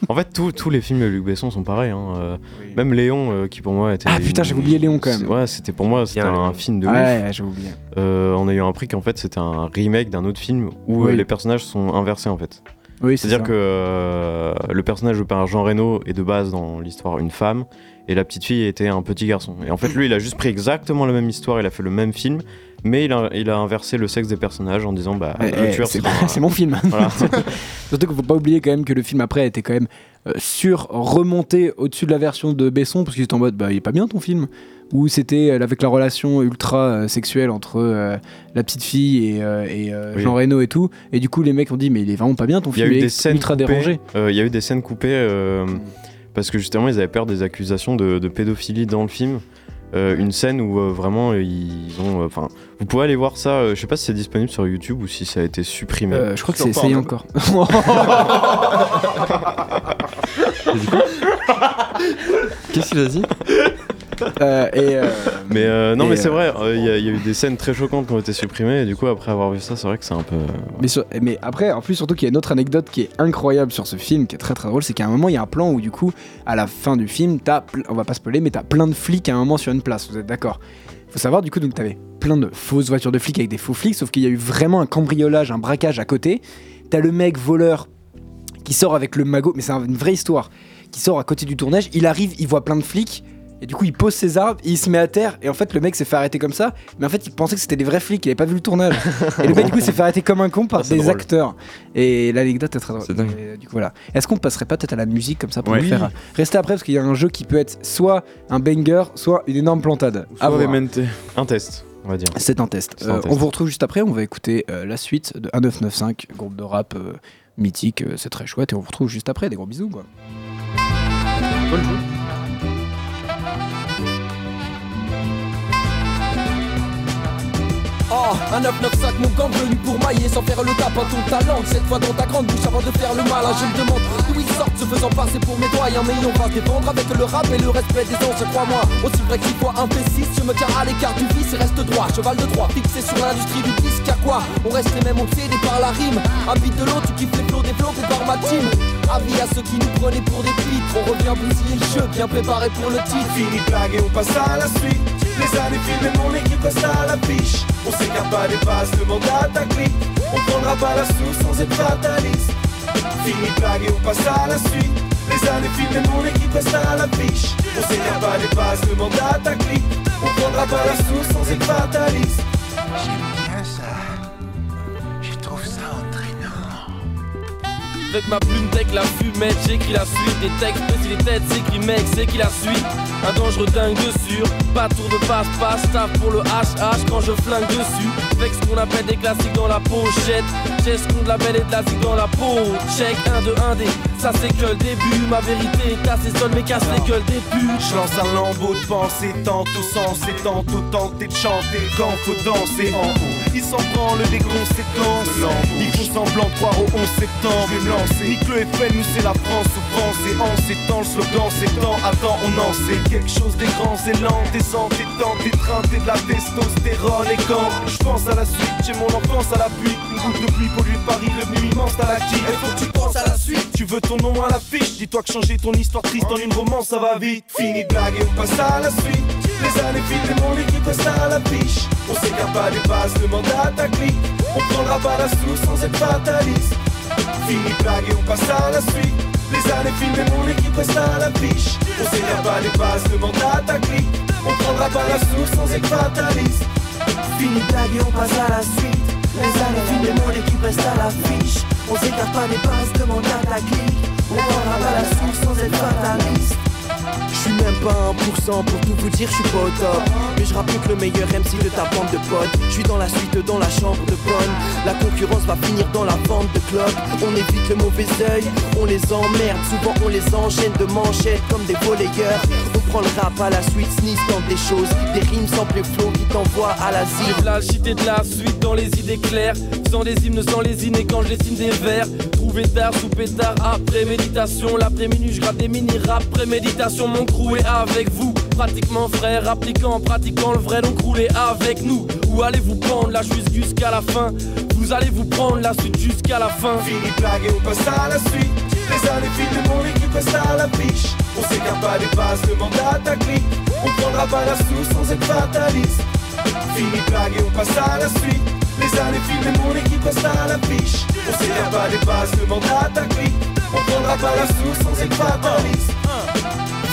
En fait, tous- tous les films de Luc Besson sont pareils. hein, euh, Même Léon, euh, qui pour moi était. Ah, putain, j'ai oublié Léon, quand même. C'est- Ouais, c'était pour moi, c'était Bien, un Léon. film de ouf. Ah Ouais, j'ai oublié. Euh, en ayant appris qu'en fait, c'était un remake d'un autre film où euh, Oui. les personnages sont inversés en fait. Oui, c'est C'est-à-dire ça. que euh, le personnage joué par Jean Reno est de base dans l'histoire une femme et la petite fille était un petit garçon. Et en fait, lui, il a juste pris exactement la même histoire, il a fait le même film, mais il a, il a inversé le sexe des personnages en disant bah Eh, le eh, tueur c'est c'est un- c'est mon film. Voilà. Surtout qu'il faut pas oublier quand même que le film après était quand même euh, sur remonté au-dessus de la version de Besson parce qu'il était en mode bah il est pas bien ton film ou c'était euh, avec la relation ultra euh, sexuelle entre euh, la petite fille et, euh, et, euh, Oui. Jean Reno et tout et du coup les mecs ont dit mais il est vraiment pas bien ton Il y a film il eu est des scènes ultra coupées, dérangé euh, Il y a eu des scènes coupées euh, parce que justement ils avaient peur des accusations de, de pédophilie dans le film. Euh, une scène où euh, vraiment ils ont, euh, enfin, vous pouvez aller voir ça. euh, je sais pas si c'est disponible sur YouTube ou si ça a été supprimé. Euh, je crois que Sur c'est essayé encore Qu'est-ce qu'il a dit Euh, et euh, Mais euh, non, Et, mais c'est euh, vrai, euh, il y, a- il y a eu des scènes très choquantes qui ont été supprimées, et du coup, après avoir vu ça, c'est vrai que c'est un peu. Mais, sur- mais après, en plus, surtout qu'il y a une autre anecdote qui est incroyable sur ce film, qui est très très drôle, c'est qu'à un moment, il y a un plan où, du coup, à la fin du film, t'as, ple- on va pas spoiler, mais t'as plein de flics à un moment sur une place, vous êtes d'accord Faut savoir, du coup, donc t'avais plein de fausses voitures de flics avec des faux flics, sauf qu'il y a eu vraiment un cambriolage, un braquage à côté. T'as le mec voleur qui sort avec le magot, mais c'est un- une vraie histoire, qui sort à côté du tournage, il arrive, il voit plein de flics. Et du coup, il pose ses armes, il se met à terre, et en fait, le mec s'est fait arrêter comme ça, mais en fait, il pensait que c'était des vrais flics, il avait pas vu le tournage. Et le mec, du coup, s'est fait arrêter comme un con par Ah, c'est des drôle. acteurs. Et l'anecdote est très drôle. C'est dingue. Et, euh, du coup, voilà. Est-ce qu'on passerait pas peut-être à la musique comme ça pour Ouais. nous Oui. faire euh, rester après Parce qu'il y a un jeu qui peut être soit un banger, soit une énorme plantade. À voir. Un test, on va dire. C'est un test. C'est un Euh, test. On vous retrouve juste après. On va écouter euh, la suite de 1995, groupe de rap euh, mythique. euh, c'est très chouette. Et on vous retrouve juste après. Des gros bisous, quoi. Oh, un 995, mon gang venu pour mailler sans faire le tap à ton talent. Cette fois dans ta grande bouche avant de faire le mal, hein, je me demande d'où ils sortent, se faisant passer pour mes doigts. Mais on va se défendre avec le rap et le respect des anges, crois-moi. Aussi vrai qu'il soit imbécile, je me tiens à l'écart du vice et reste droit. Cheval de droit, fixé sur l'industrie du disque, à quoi On reste les mêmes, on obsédés par la rime. Habite de l'eau, tu kiffes les flots, développés par ma team. Avis à ceux qui nous prenaient pour des pitres, on revient bousiller le jeu, bien préparé pour le titre. Fini de blague et on passe à la suite. Les années filent et mon équipe passe à la biche. On s'écarte pas des passes, demande à ta clique. On prendra pas la source sans être fataliste. Fini de blague et on passe à la suite. Les années filent et mon équipe passe à la biche. On s'écarte pas des passes, demande à ta clique. On prendra pas la source sans être fataliste. J'aime bien ça. Je trouve ça entraînant. Avec ma plume tech, la fumette, j'écris la suite Des textes, si les têtes, c'est qui mec, c'est qui la suite Un dangereux dingue de sûr, pas tour de passe, passe, taf pour le HH quand je flingue dessus Avec ce qu'on appelle des classiques dans la pochette J'ai ce qu'on appelle des classiques dans la peau Check 1, 2, 1, D, ça c'est que le début Ma vérité est assez seule mais casse les gueules des putes Je lance un lambeau de pensée, tant tout sens et tant tout tenter de chanter quand faut danser en haut. Ils s'en branlent des conséquences. Ils font semblant de croire au 11 septembre. Je vais me lancer. Nique le FN, nous c'est la France souffrance. Et en ces temps, le slogan s'étend. Attends, on en sait quelque chose des grands élans, des entêtants, des trains, des de la testostérone. Et quand je pense à la suite, j'ai mon enfance à l'appui. Une goutte de pluie pollue Paris, devenu immense à la qui. Il Eh, faut que tu penses à la suite. Tu veux ton nom à l'affiche. Dis-toi que changer ton histoire triste en une romance, ça va vite. Fini de blague et on passe à la suite. Les années filent et mon équipe reste à l'affiche. On s'écarte pas des bases, demande à ta clique. On prendra pas la sous sans être fataliste. Fini de blague et on passe à la suite. Les années filent et mon équipe reste à l'affiche. On s'écarte pas des bases, demande à ta clique. On prendra pas la sous sans être fataliste. Fini de blague et on passe à la suite. Les années filent et mon équipe reste à l'affiche. On s'écarte pas des passes, demande à ta clique. On prendra pas la source sans être fataliste. Je suis même pas 1% pour tout vous dire, je suis pas au top. Mais je rappelle que le meilleur MC de ta bande de potes. Je suis dans la suite, dans la chambre de bonne. La concurrence va finir dans la vente de clopes. On évite le mauvais œil, on les emmerde. Souvent on les enchaîne de manchettes comme des volleyeurs. On prend le rap à la suite, sniff dans des choses. Des rimes sans les flots qui t'envoient à la zine. L'alchité de la suite dans les idées claires. Sans les hymnes, sans les et quand je dessine des vers. Trouver tard, souper tard, après méditation. L'après-minuit, je gratte des mini-raps, préméditation. Mon crew est avec vous, pratiquement frère. Appliquant, pratiquant le vrai, donc roulez avec nous. Où allez-vous prendre la juste jusqu'à la fin Vous allez vous prendre la suite jusqu'à la fin. Fini de blague et on passe à la suite. Les années filent et mon équipe reste à l'affiche. On s'écarte pas des bases, demande à ta clique. On prendra pas la sous sans être fataliste. Fini de blague et on passe à la suite. Les années filent et mon équipe reste à l'affiche. On s'écarte pas des bases, demande à ta clique. On prendra pas la sous sans être fataliste.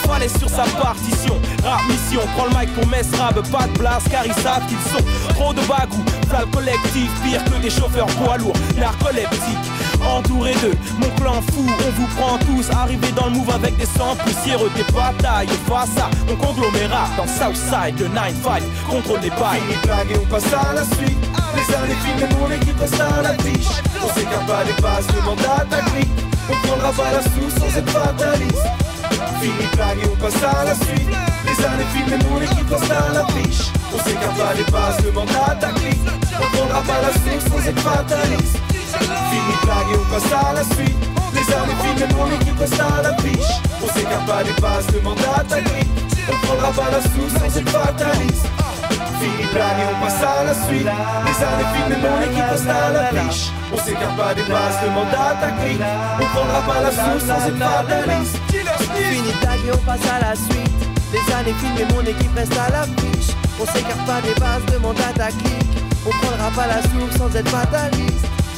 Fallait sur sa partition, rap mission, prends le mic pour mes rap, pas de place car ils savent qu'ils sont trop de bagou, flamme collectif, pire que des chauffeurs poids lourds, narcoleptiques, entouré d'eux, mon clan fou, on vous prend tous, arrivé dans le move avec des sangs poussiéreux, des batailles, face à mon conglomérat, dans Southside, le 9-5, contrôle des bails. Fini de blague et on passe à la suite. Les années filent et mon équipe reste à l'affiche. On s'écarte pas des bases, demande à ta clique. On prendra pas la sous sans être fataliste. Fini de blague et on passe à la suite. Les années filent et mon équipe reste à l'affiche. On s'écarte pas des bases, demande à ta clique. On prendra pas la sous sans être fataliste. Fini de blague et on passe à la suite. Les années filent et mon équipe reste à l'affiche. On s'écarte pas des bases, demande à ta clique. On prendra pas la sous sans être fataliste. Fini de blague et on passe à la suite. Les années filent et mon équipe reste à l'affiche. On s'écarte pas des bases, demande à ta clique. On prendra pas la sous sans être fataliste. Fini de blague et on passe à la suite. Les années filent et mon équipe reste à l'affiche. On s'écarte pas des bases, demande à ta clique. On prendra pas la source sans être fataliste.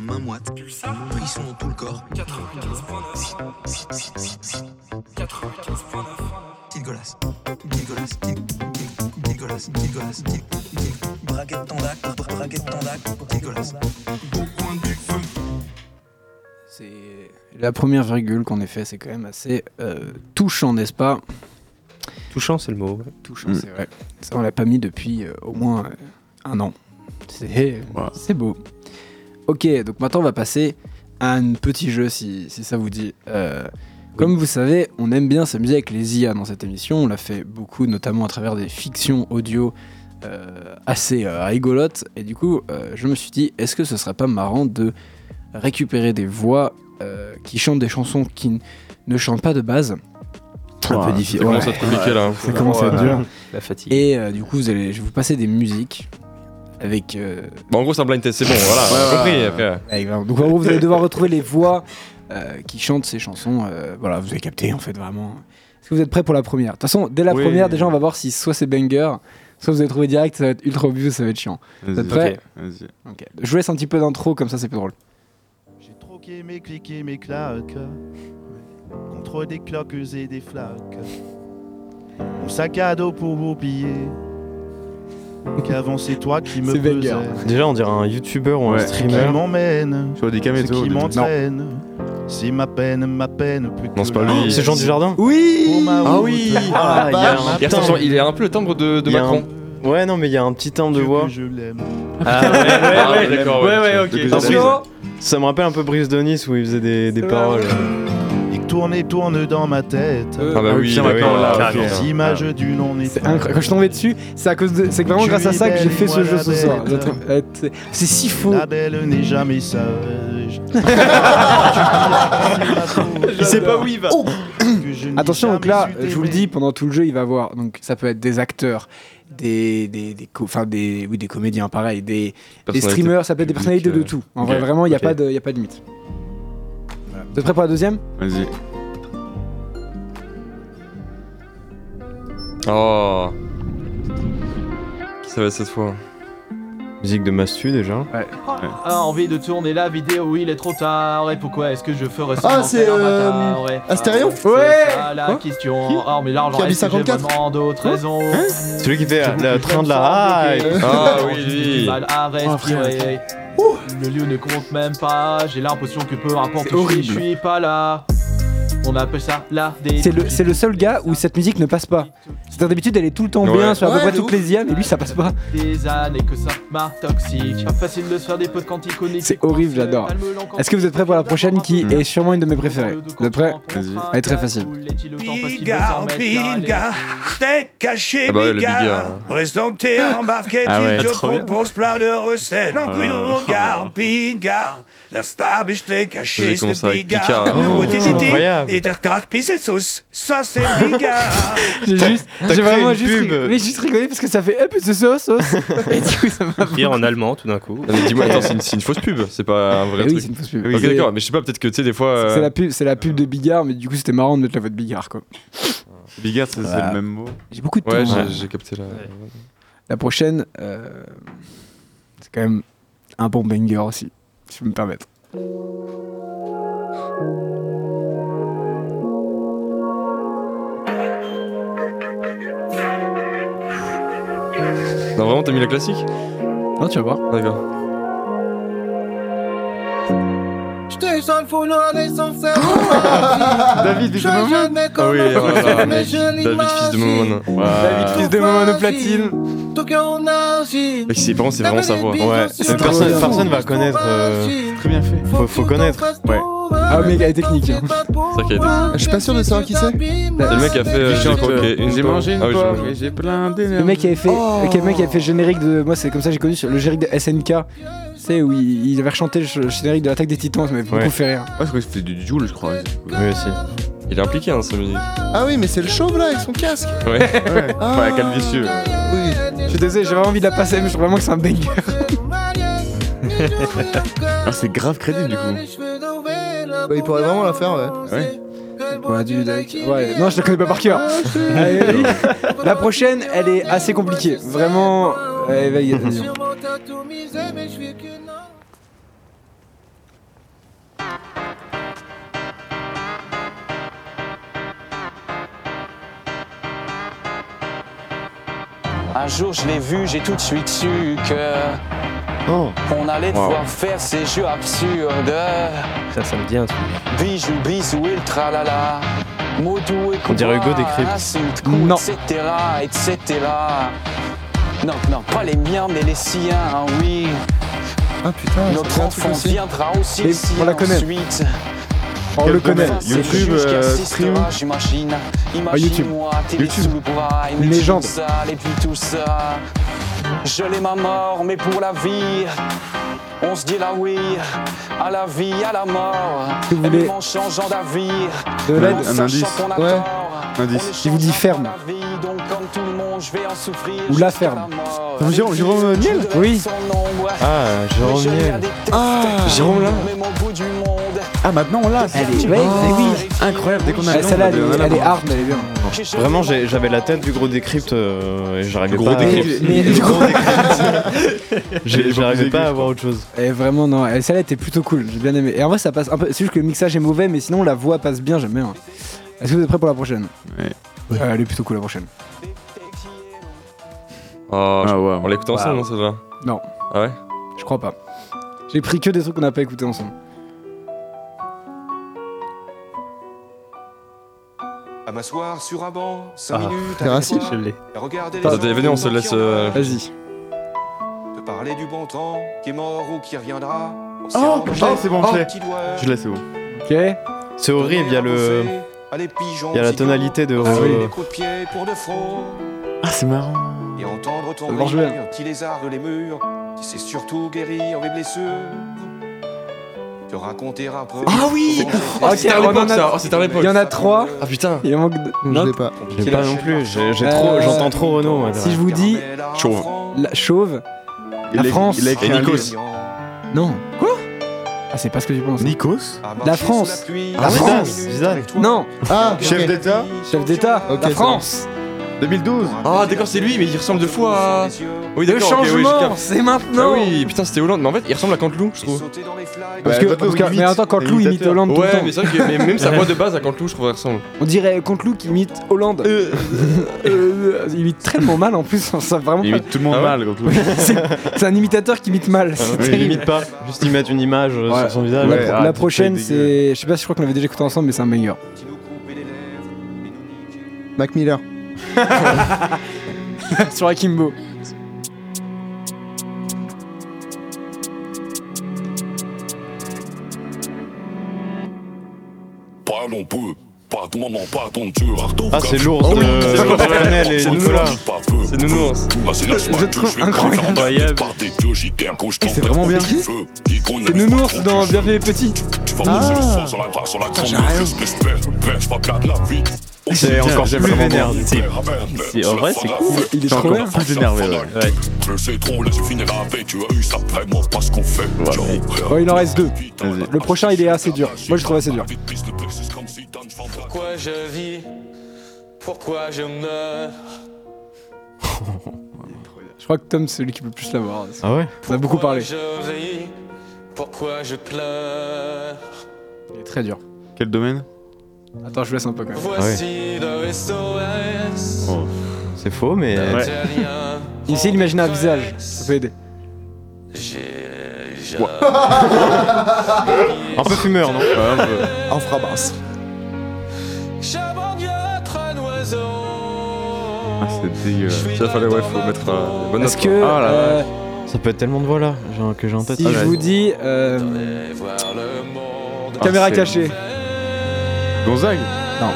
Main moite, frisson dans tout le corps. 95.9. 95.9. Gilgolas. Gilgolas. Gil- Gilgolas. Gilgolas. Gil- Gil- Braguette tendac. bra- Braguette tendac. Gilgolas. C'est la première virgule qu'on ait fait, c'est quand même assez euh, touchant, n'est-ce pas Touchant, c'est le mot. ouais. Touchant, hein, c'est vrai. Ça, on l'a pas mis depuis euh, au moins euh, un an. C'est c'est beau. Ok, donc maintenant, on va passer à un petit jeu, si, si ça vous dit. Euh, Comme vous savez, on aime bien s'amuser avec les IA dans cette émission. On l'a fait beaucoup, notamment à travers des fictions audio euh, assez euh, rigolotes. Et du coup, euh, je me suis dit, est-ce que ce serait pas marrant de récupérer des voix euh, qui chantent des chansons qui n- ne chantent pas de base Un peu difficile. ça commence à être compliqué, là. Ça commence à être Ouais. dur. La fatigue. Et euh, du coup, vous allez, je vais vous passer des musiques avec. euh, Bah, en gros, c'est un blind test, c'est bon, voilà, Ouais, on a compris. voilà. Après. Avec- donc en gros, vous allez devoir retrouver les voix euh, qui chantent ces chansons. euh, voilà, vous avez capté en fait vraiment. Est-ce que vous êtes prêts pour la première De toute façon, dès la Oui. première, déjà, on va voir si soit c'est banger, soit vous allez trouver direct, ça va être ultra obvious, ça va être chiant. Vous êtes prêts Ok. Je vous laisse un petit peu d'intro, comme ça c'est plus drôle. Troquer mes clics et mes claques contre des cloques et des flaques. Mon sac à dos pour vos billets. Qu'avant c'est toi qui me pesais. Déjà, on dirait un youtubeur ou un Ouais. streamer. Qui m'emmène. Je vois des Ce caméos. qui m'entraîne. Si ma peine, ma peine plus que Non, c'est pas la lui. mienne. Ah, C'est Jean Dujardin Pour ma Ah route. oui Ah, il y a un Et attention, timbre. il est un peu le timbre de, de Il y a un- Macron. Ouais, non, mais il y a un petit timbre de voix. Ah, ouais, Ah, ouais, ouais, d'accord, ouais, ouais, ok. Attention. Ça me rappelle un peu Brice de Nice où il faisait des, des paroles. euh, Et tourne et tourne dans ma tête. Ah bah oui, bah oui, là, ok. Les images Ah. du non Euh, C'est incroyable. Quand je suis tombé dessus, c'est à cause de, c'est vraiment Tu grâce à ça que j'ai fait ce moi jeu la ce soir. bête. Euh, c'est- C'est si faux. La belle n'est jamais sage. Il sait pas où il va. Attention, donc là, je vous le dis, pendant tout le jeu, il va avoir. Donc, ça peut être des acteurs, des, des, des, co- enfin, des, oui, des comédiens, pareil, des, des Personnalités streamers, ça peut être des personnalités de publiques, tout. euh, En vrai, ok, vraiment, il n'y a, ok. pas de- il y a pas de limite. Voilà. Vous êtes prêts pour la deuxième Vas-y. Oh. Qui ça va être cette fois Musique de Mastu déjà. Ouais. Ah, envie de tourner la vidéo, il est trop tard. Et pourquoi est-ce que je ferais Ah, semblant c'est, tel un euh, bâtard, ouais. Ah, Astérion C'est Ouais. ça la Quoi question. Qui Ah, mais l'argent, Kirby Hein est-ce que j'ai 54? vraiment d'autres raisons Celui qui fait euh, le train de la Ah hype. oui, Ah, à Ah, respirer. Le lieu ne compte même pas. J'ai l'impression que peu importe où je suis, je suis pas là. On appelle ça la C'est le, c'est le seul gars où cette musique ne passe pas. C'est-à-dire, d'habitude, elle est tout le temps Ouais. bien sur à peu Ouais, près de toutes ouf. les IA, mais lui, ça passe pas. des années que ça m'a toxique. Pas facile de se faire des potes quand ils connaissent. C'est horrible, j'adore. Est-ce que vous êtes prêts pour la prochaine Mm. qui est sûrement une de mes préférées Vous êtes prêts Elle est très facile. Biga, biga, t'es caché, Ah bah ouais, le biga. biga. Restanté embarqué, Ah ouais. tu te Trop bien. proposes plein de recettes. Non plus de Ah. regard, biga. La star, biche, t'es caché, J'ai commencé c'est avec biga. Picard. Le Oh, petit c'est titi, incroyable. Et t'as craqué ses sauces. Ça, c'est biga. J'ai juste, t'as j'ai créé vraiment une juste, pub. ri- mais juste rigolé parce que ça fait hop, c'est sauce, sauce. Et du coup, ça m'a. Pire en allemand tout d'un coup. Non, mais dis-moi, attends, c'est une, c'est une fausse pub, c'est pas un vrai Eh oui, truc. c'est une fausse pub. Ok, Oui. d'accord, mais je sais pas, peut-être que tu sais, des fois. C'est la euh, pub, c'est la pub de Bigard, mais du coup, c'était marrant de mettre la voix de Bigard, quoi. Bigard, c'est c'est Voilà. le même mot. J'ai beaucoup de euh, Ouais, temps. j'ai- hein. j'ai capté la. La prochaine, euh, c'est quand même un bon banger aussi, si je peux me permettre. Non, vraiment, t'as mis la classique Non, tu vas voir. D'accord. Ah J'étais jeune, fou, noir, les sincères. David, je jamais Ah oui, comme un voilà. fou, mais David, je fils de l'imagine. Momone. Euh, David, fils de Momone platine. Tout cœur en argile. Mec, c'est- par contre, c'est vraiment sa voix. Ouais, C'est personne, trop bien. personne va connaître. euh, euh, Très bien fait. Faut, faut connaître. Ouais. Ah, mais elle est technique. hein. C'est ça qui a été. Je suis pas sûr de savoir qui c'est. C'est le mec qui a fait. euh, chante, j'ai- ok, J'ai pomme. mangé une Ah oui, j'ai pomme mangé. et j'ai plein d'énergie. Le mec qui avait fait, le mec qui avait fait le générique de, moi, c'est comme ça que j'ai connu sur le générique de SNK. Tu sais où il, il avait rechanté le ch- le générique de l'attaque des Titans, ça m'avait beaucoup Ouais. fait rire. Ah, je crois que c'était du Joule, je crois. Oui, aussi. Il est impliqué, hein, sa musique. Ah oui, mais c'est le chauve là avec son casque. Ouais. Ouais. Ah. Enfin, calvicieux. Oui. Je suis désolé, j'ai vraiment envie de la passer, mais je trouve vraiment que c'est un banger. Ah, c'est grave crédible du coup. Bah, il pourrait vraiment la faire, ouais. Ouais. Ouais, du- ouais, non, je la connais pas par cœur. Allez, vas-y. la prochaine, elle est assez compliquée. Vraiment. Allez, vas-y, vas-y. Un jour, je l'ai vu, j'ai tout de suite su que on allait Wow. devoir faire ces jeux absurdes. Ça, ça me dit un truc. Bijou, bisou et le tralala. Mots doux et On dirait Hugo des Cryptes. Insultes, coups, Non. etc., etc. Non, non, pas les miens, mais les siens, hein, oui. Ah putain, Notre enfant viendra aussi Et ici on la connaît. ensuite. On le connaît. Enfin, c'est YouTube, juste qu'elle euh, assistera, stream. J'imagine. Ah, YouTube. Imagine-moi, télé YouTube. sous le bras, et Une puis tout légende. ça, et puis tout ça. Je l'aime à mort, mais pour la vie. On se dit la oui, à la vie, à la mort. Si vous Et voulez- même en changeant d'avis. De même l'aide, en un sachant indice. qu'on a Ouais. tort. Indice. Je vous dis ferme. donc comme tout le monde, je vais en souffrir. Ou la ferme. Jérôme, Jérôme Niel Oui. Ah, Jérôme Niel. Ah, Jérôme là Ah, maintenant on l'a. Elle est- ouais, mais oui. Incroyable, dès qu'on a Ah, le nom, Celle-là, on a Oh. elle, le- on a est- le elle est nom. hard, mais elle est bien. Vraiment, j'ai- j'avais la tête du gros décrypte euh, et j'arrivais pas. à- Mais du coup- J'ai- J'arrivais pas à avoir autre chose. Et Eh, vraiment, non. Et celle-là était plutôt cool. J'ai bien aimé. Et en vrai, ça passe un peu. C'est juste que le mixage est mauvais, mais sinon, la voix passe bien. J'aime bien. hein. Est-ce que vous êtes prêts pour la prochaine Ouais. elle est plutôt cool la prochaine. Ah, ouais. On l'écoute ensemble, Wow. non, celle-là Non. Ah ouais Je crois pas. J'ai pris que des trucs qu'on n'a pas écoutés ensemble. À m'asseoir sur un banc, 5 Ah, minutes. c'est raciste, toi, je l'ai. et regarder les Attendez, gens venez, on se laisse. euh, Vas-y. Te parler du bon temps qui est mort ou qui reviendra. On s'y Oh, rendra je l'ai, c'est bon, un je l'ai. petit doigt. Je l'ai, c'est bon. Ok. C'est horrible, il y a le. Allez, pigeons, Il y a la psycho, tonalité de. Ah passer euh, les coups de pied pour de front. Ah, c'est marrant. Et entendre ton Ça marche rire bien. qui lézarde les murs, qui sait surtout guérir mes blessures. Te raconter un peu. Ah oui comment j'étais. on en a- Oh, c'était à l'époque. Il y en a trois. Ah putain. Il en manque deux. Non, Non. J'ai pas non plus, j'ai j'ai Euh, trop, j'entends trop Renaud. moi, Si là. je vous dis. Chauve. La chauve. Il la a- France. il a écrit Et un Nikos. livre. Non. Quoi Ah, c'est pas ce que tu penses. Nikos La France. La France. Non. Ah, Ok. chef d'État Chef d'État. Ok, la ça France. 2012 Ah, d'accord, c'est lui, mais il ressemble de fois à. Oui, Le d'accord, ok, oui, j'ai changement, capté. c'est maintenant. Ah oui, Bah, putain, c'était Hollande, mais en fait, il ressemble à Canteloup, je trouve. Parce que- parce que- mais attends, Canteloup imite Hollande ouais, tout le temps. mais c'est vrai que mais même sa voix de base à Canteloup, je trouve, elle ressemble. On dirait Canteloup qui imite Hollande. Euh, il imite tellement mal en plus. Ça, vraiment Il pas- imite tout le monde Ah ouais mal, Canteloup. c'est c'est un imitateur qui imite mal. c'est Il terrible. Ah, limite pas, juste ils mettent une image euh, sur son La, visage. pro- la prochaine, c'est. Je sais pas si je crois qu'on l'avait déjà écouté ensemble, mais c'est un meilleur. Mac Miller. Sur Akimbo. Parlons peu, pas de maman, pas ton Dieu. Ardo, Ah, c'est l'ours de- c'est l'ours de Lionel et Nicolas. Ah, C'est hein, nounours. Je trouve incroyable. C'est c'est vraiment bien. C'est Nounours dans Bienvenue les Petits. Ah. C'est encore plus vénère. du coup. oh. C'est en vrai, c'est cool. Il est trop bien. plus énervé. Je sais trop, laisse finir avec. Tu as eu ça vraiment pas ce qu'on fait. Bon, il en reste deux. Le prochain, il est assez dur. Moi, je trouve assez dur. Pourquoi je vis Pourquoi je meurs Je crois que Tom, c'est celui qui peut le plus l'avoir. Ah ouais On a beaucoup parlé. Je ris Pourquoi je pleure Il est très dur. Quel domaine Attends, je vous laisse un peu quand même. Voici le SOS. Oh, C'est faux, mais. Il essaie d'imaginer un visage. Ça peut aider. Un peu fumeur, non Ah, bah, En frabasse. Ah, c'est dégueu. Ça fallait, ouais, faut mettre euh, bonne Est-ce note, que, quoi. Ah, là, là. euh, Ça peut être tellement de voix là genre, que j'ai en tête. Si je vous dis. euh, Caméra Ah, c'est- cachée. Gonzague Non.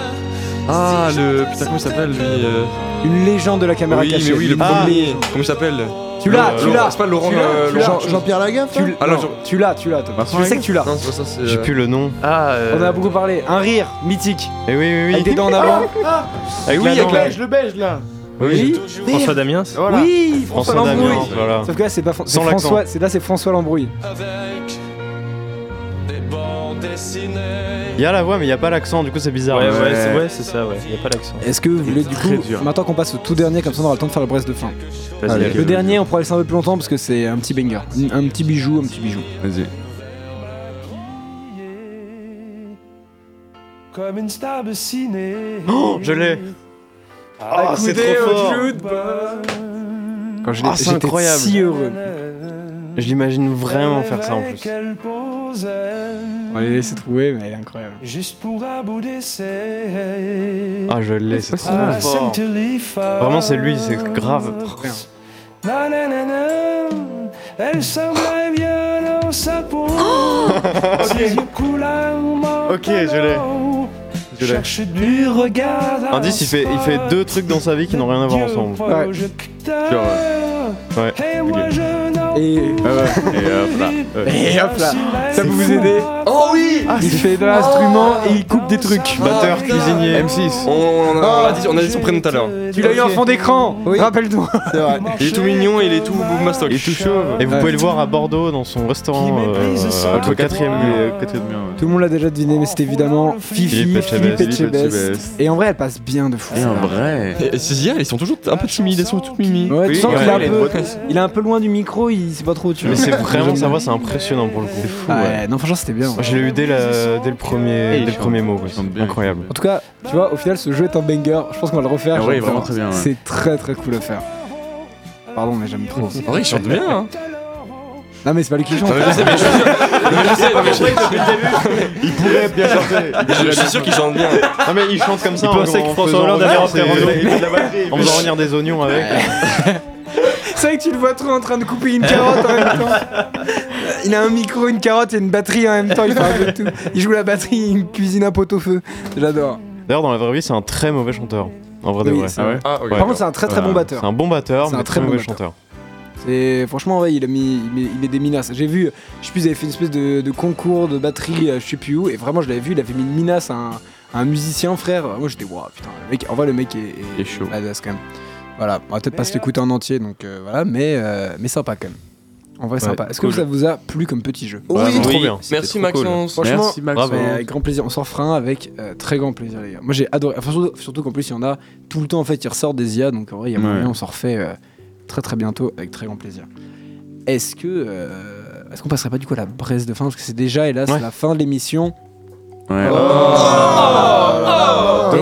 Ah, le. Putain, comment il s'appelle lui euh, Une légende de la caméra Oui, cachée. mais oui, le Ah. premier. Comment il s'appelle Tu l'as, Euh, tu Laurent- l'as. C'est pas Laurent. Tu l'as, euh, tu l'as. Laurent- Jean-Pierre Lagaffe Tu l'as, Ah, non, Non, tu l'as, tu l'as. Tom. Vincent Je sais que tu l'as. Non, c'est pas ça, c'est. J'ai euh, plus le nom. Ah, On a beaucoup parlé. Un rire mythique. Et oui, oui, oui. Avec des dents en avant. Ah Eh oui, avec la- le beige là. Oui. Oui. François Damiens Voilà. Oui, François François Lambrouille. Damiens, voilà. Sauf que là, c'est pas Fran- c'est Sans l'accent. François. C'est là, c'est François Lambrouille. Il y a la voix, mais il y a pas l'accent, du coup c'est bizarre. Ouais, ouais, c'est ouais, c'est ça, ouais. Il a pas l'accent. Est-ce que vous voulez du coup, Très dur. maintenant qu'on passe au tout dernier, comme ça on aura le temps de faire le brest de fin. Vas-y, Allez. lequel le dernier, on pourra laisser un peu plus longtemps parce que c'est un petit banger. Un, un petit bijou, un petit bijou. Vas-y. Comme une star de ciné. Oh, je l'ai. Ah, c'est Accoudé trop au fort. jukebox. Quand je l'ai- Ah, c'est j'étais incroyable. si heureux. Je l'imagine vraiment faire ça en plus. Quelle pose On les laissé trouver, mais elle est incroyable. juste pour un bout d'essai. Ah, je l'ai, c'est trop Ah, fort. Saint-Eliphas. Vraiment, c'est lui, c'est grave. Na, na, na, na. Elle semblait bien dans sa peau. Ses yeux couleurs Ok, je l'ai. Je l'ai. Cherche du regard. Indice, il fait, il fait deux trucs dans sa vie qui n'ont rien à voir ensemble. Ouais. Genre, ouais. Et moi, je n'en Et ouais. Et euh, hop là. Et hop là, ça peut vous aider. Oh Oh oui Il fait de l'instrument et il coupe des trucs. Batteur, cuisinier. M6. On, on, on a dit, on a dit son prénom tout à l'heure. Tu l'as eu en fond d'écran Rappelle-toi Il est tout mignon et il est tout mastoc. Il est tout chauve. Et vous pouvez le voir à Bordeaux dans son restaurant euh, Au quatrième mur. Tout le monde l'a déjà deviné, mais c'est évidemment Fifi, Philippe Etchebest. Philippe Philippe Etchebest. Etchebest. Et en vrai, elle passe bien de fou. Et en vrai. Et ces IA, ils sont toujours un peu timides, ils sont toutes mimi. Ouais, tu sens qu'il est un ouais. peu- il est un peu loin du micro, il sait pas trop où tu Mais vois. c'est vraiment, sa voix, c'est impressionnant pour le coup. Ah ouais, non, franchement, c'était bien. Moi, Je l'ai eu dès, la- dès le premier, dès le premier mot. quoi. Incroyable. En tout cas, tu vois, au final, ce jeu est un banger. Je pense qu'on va le refaire. Ah ouais, J'aime vraiment très bien, ouais. C'est très très cool à faire. Pardon, mais j'aime trop. En vrai, il chante bien, hein. Non, mais c'est pas lui qui chante. mais je sais, mais je suis sûr- mais je sais, mais je sais que depuis le début, il pourrait bien chanter. Je suis sûr qu'il chante bien. Non Ah, mais il chante comme ça. Il en- pensait que en François faisant Hollande allait rentrer revenir en ses- Hollande. de la batterie, En faisant revenir des oignons avec. C'est vrai que tu le vois trop en train de couper une carotte en même temps. Il a un micro, une carotte et une batterie en même temps. Il fait un peu de tout. Il joue la batterie, il cuisine un pot au feu. J'adore. D'ailleurs, dans la vraie vie, c'est un très mauvais chanteur. En vrai de Oui, vrai. c'est Ah vrai. ouais Ah, ok. Par contre, c'est un très, très bon batteur. C'est un bon batteur, C'est un mais très très bon mauvais batteur. chanteur. Et franchement, ouais, il a mis, il met, il met des menaces. J'ai vu, je sais plus, ils avaient fait une espèce de, de concours de batterie, euh, je sais plus où, et vraiment, je l'avais vu, il avait mis une menace à un, à un musicien, frère. Moi, j'étais, waouh, putain, le mec, en vrai, le mec est, est, chaud. Badass quand même. Voilà, on va peut-être pas se l'écouter en entier, donc euh, voilà, mais, euh, mais sympa quand même. En vrai, Ouais, sympa. Est-ce que cool. ça vous a plu comme petit jeu Oui, Vraiment. trop bien. C'était Merci, trop cool. Maxence. Franchement, Merci, Maxence. mais avec grand plaisir. On s'en fera un avec euh, très grand plaisir, les gars. Moi, j'ai adoré. Enfin, surtout, surtout qu'en plus, il y en a tout le temps, en fait, ils ressortent des IA, donc en vrai, il y a moyen, Ouais. on s'en refait euh, très très bientôt avec très grand plaisir. Est-ce que. euh, Est-ce qu'on passerait pas du coup à la braise de fin Parce que c'est déjà, hélas, la fin de l'émission. Ouais. Eh oui,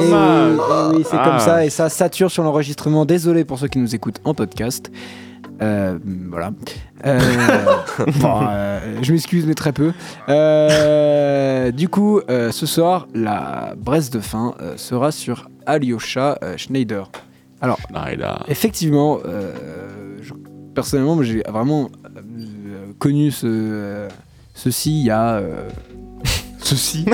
Dommage. eh oui, c'est Ah. comme ça et ça sature sur l'enregistrement. Désolé pour ceux qui nous écoutent en podcast. Euh, voilà. Euh, bon, euh, je m'excuse, mais très peu. Euh, du coup, euh, ce soir, la Bresse de fin euh, sera sur Alyosha euh, Schneider. Alors, effectivement, euh, je- personnellement, moi, j'ai vraiment euh, connu ce, euh, ceci il y a. euh, ceci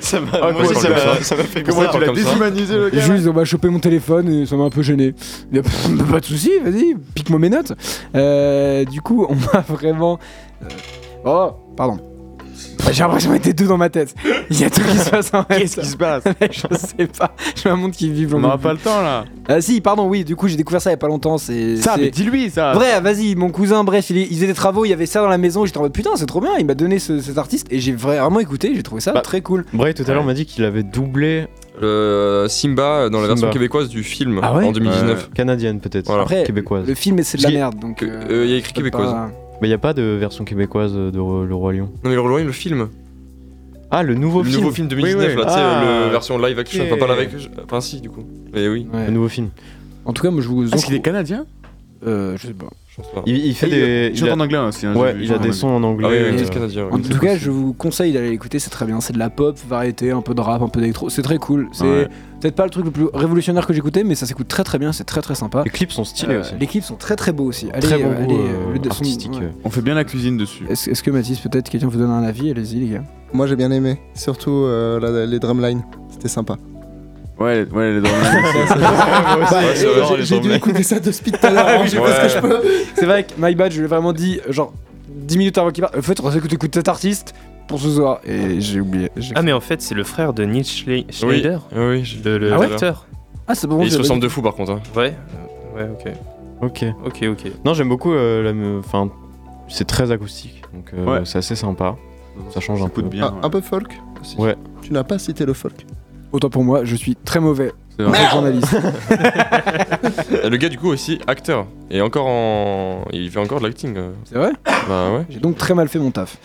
Ça m'a Ah, moi aussi, cool. ça m'a- ça m'a fait Comment penser tu à l'as comme ça. déshumanisé le gars Juste, on m'a chopé mon téléphone et ça m'a un peu gêné. Il y a pas de souci, vas-y, pique-moi mes notes. Euh, du coup, on m'a vraiment. euh, Oh, pardon. J'ai l'impression d'être deux dans ma tête. Il y a tout qui se passe en même Qu'est-ce qui se passe Je sais pas. Je me montre qu'ils vivent On n'aura n'aura pas le temps là. Ah si, pardon, oui, du coup, j'ai découvert ça il y a pas longtemps. C'est, Ça, Ah, c'est- mais dis-lui ça. Bref, vas-y, mon cousin, bref, il, il faisait des travaux, il y avait ça dans la maison, j'étais en mode putain, c'est trop bien, il m'a donné ce- cet artiste et j'ai vraiment écouté, j'ai trouvé ça très cool. Bray tout à l'heure m'a dit qu'il avait doublé Le Simba euh, dans la version Simba. québécoise du film Ah ouais en 2019. Ouais. Canadienne peut-être. Voilà. Après, québécoise. le film, c'est de la Parce merde, qu'il- donc. Euh, euh, Il y a écrit peut québécoise. pas- Mais il a pas de version québécoise de Re- Le Roi Lion. Non, mais le Roi Lion, le film. Ah, le nouveau le film. nouveau film 2019, Oui, oui. là, tu sais, Ah, la version live action. ok. Enfin, pas live action. Enfin, si, du coup. Mais oui. Ouais. Le nouveau film. En tout cas, moi, je vous. Est-ce qu'il est canadien Euh, je sais pas. Il, il fait Et des. il- il chante a- en anglais aussi, hein, j'ai ouais, vu, il il chante a en des anglais. sons en anglais. Ah oui, oui, euh, qu'est-ce canadien En tout cas, je vous conseille d'aller l'écouter, c'est très bien. C'est de la pop, variété, un peu de rap, un peu d'électro. C'est très cool. C'est Ouais. peut-être pas le truc le plus révolutionnaire que j'écouté, mais ça s'écoute très très bien. C'est très très sympa. Les clips sont stylés Euh, aussi. Les clips sont très très beaux aussi. Allez, Très euh, bon allez, goût euh, le- euh, son- artistique. ouais. euh. On fait bien la cuisine dessus. Est-ce est-ce que Mathis, peut-être quelqu'un vous donne un avis Allez-y, les gars. Moi j'ai bien aimé, surtout euh, la- les drumlines, c'était sympa. Ouais, ouais, les drumlines. Bah, ouais, c'est euh, vrai, j'ai- les J'ai dû drumlines. écouter ça de speed tout à l'heure, hein, j'ai Ouais. fait ce que je peux. C'est vrai que My Bad, je lui ai vraiment dit, genre, 10 minutes avant qu'il parte, en fait, on va s'écouter écouter cet artiste pour ce soir. Et j'ai oublié. j'ai- Ah, mais en fait, c'est le frère de Nils Schle- Schneider, Oui, je le, le Ah ouais acteur. Ah, c'est bon, Et il se j'ai- ressemble de fou par contre. hein. Ouais. euh, Ouais, ok. Ok. Ok, ok. Non, j'aime beaucoup euh, la. me- Enfin, c'est très acoustique, donc euh, Ouais. c'est assez sympa. Ça change un peu. bien. Ah, Un peu folk aussi. Ouais. Tu n'as pas cité le folk. Autant pour moi, je suis très mauvais. C'est vrai. Très journaliste. Et Euh, le gars, du coup, aussi acteur. Et encore en. Il fait encore de l'acting. euh. C'est vrai Bah ouais. J'ai donc très mal fait mon taf.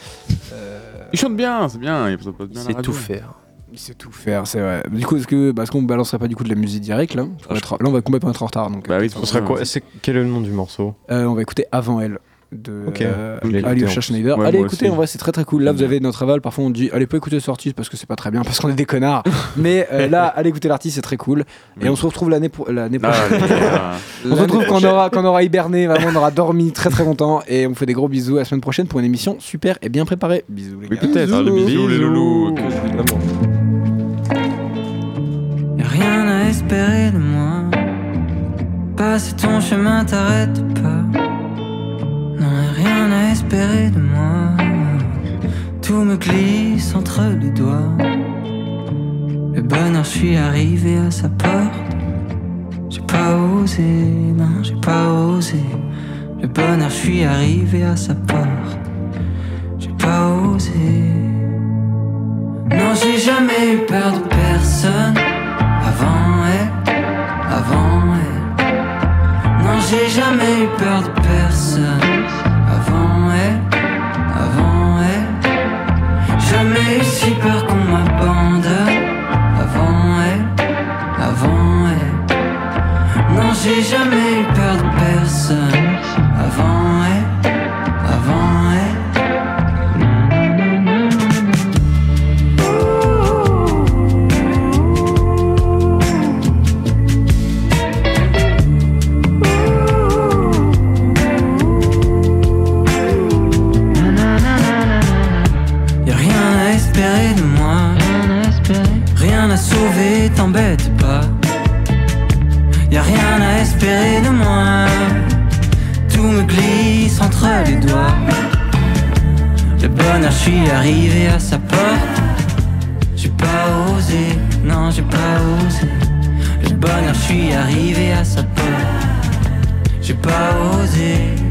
Il chante bien, c'est bien. Il passe Ah, bien à la radio. faire. Il sait tout faire, c'est vrai. Du coup, est-ce que bah, est-ce qu'on balancerait pas du coup de la musique directe là Parce qu'on va être- Là, on va complètement être en retard. Donc, Bah oui, On sera quoi c'est- Quel est le nom du morceau euh, on va écouter avant elle de Ok. euh, Je l'ai écouté, en Alyosha plus. Schneider. Ouais, allez moi écouter, aussi. en vrai, c'est très très cool. Là, vous avez notre aval. Parfois, on dit allez pas écouter ce artiste parce que c'est pas très bien, parce qu'on est des connards. Mais euh, là, allez écouter l'artiste, c'est très cool. Et on se retrouve l'année pro- l'année Ah, prochaine. les gars. On se retrouve quand on, aura, quand on aura hiberné, vraiment, on aura dormi très très longtemps. Et on vous fait des gros bisous à la semaine prochaine pour une émission super et bien préparée. Bisous les Oui, gars. peut-être. Ah, le bisou, les loulous. que je vous aime. Y'a rien à espérer de moi. Passe ton chemin, t'arrête pas. Non, y'a rien à espérer de moi. Tout me glisse entre les doigts. Le bonheur, je suis arrivé à sa porte. J'ai pas osé, non, j'ai pas osé. Le bonheur, je suis arrivé à sa porte. J'ai pas osé. Non, j'ai jamais eu peur de personne. Avant elle, avant elle. Non, j'ai jamais eu peur de personne. Avant elle, avant elle. Jamais eu si peur qu'on m'abandonne. Avant elle, avant elle. Non, j'ai jamais eu peur de personne. Avant elle, avant eh. elle. Y'a rien à espérer de moi. Rien à sauver, t'embête pas. Y'a rien à espérer de moi. Tout me glisse entre les doigts. Le bonheur, je suis arrivé à sa porte. J'ai pas osé, non, j'ai pas osé. Le bonheur, je suis arrivé à sa porte. J'ai pas osé.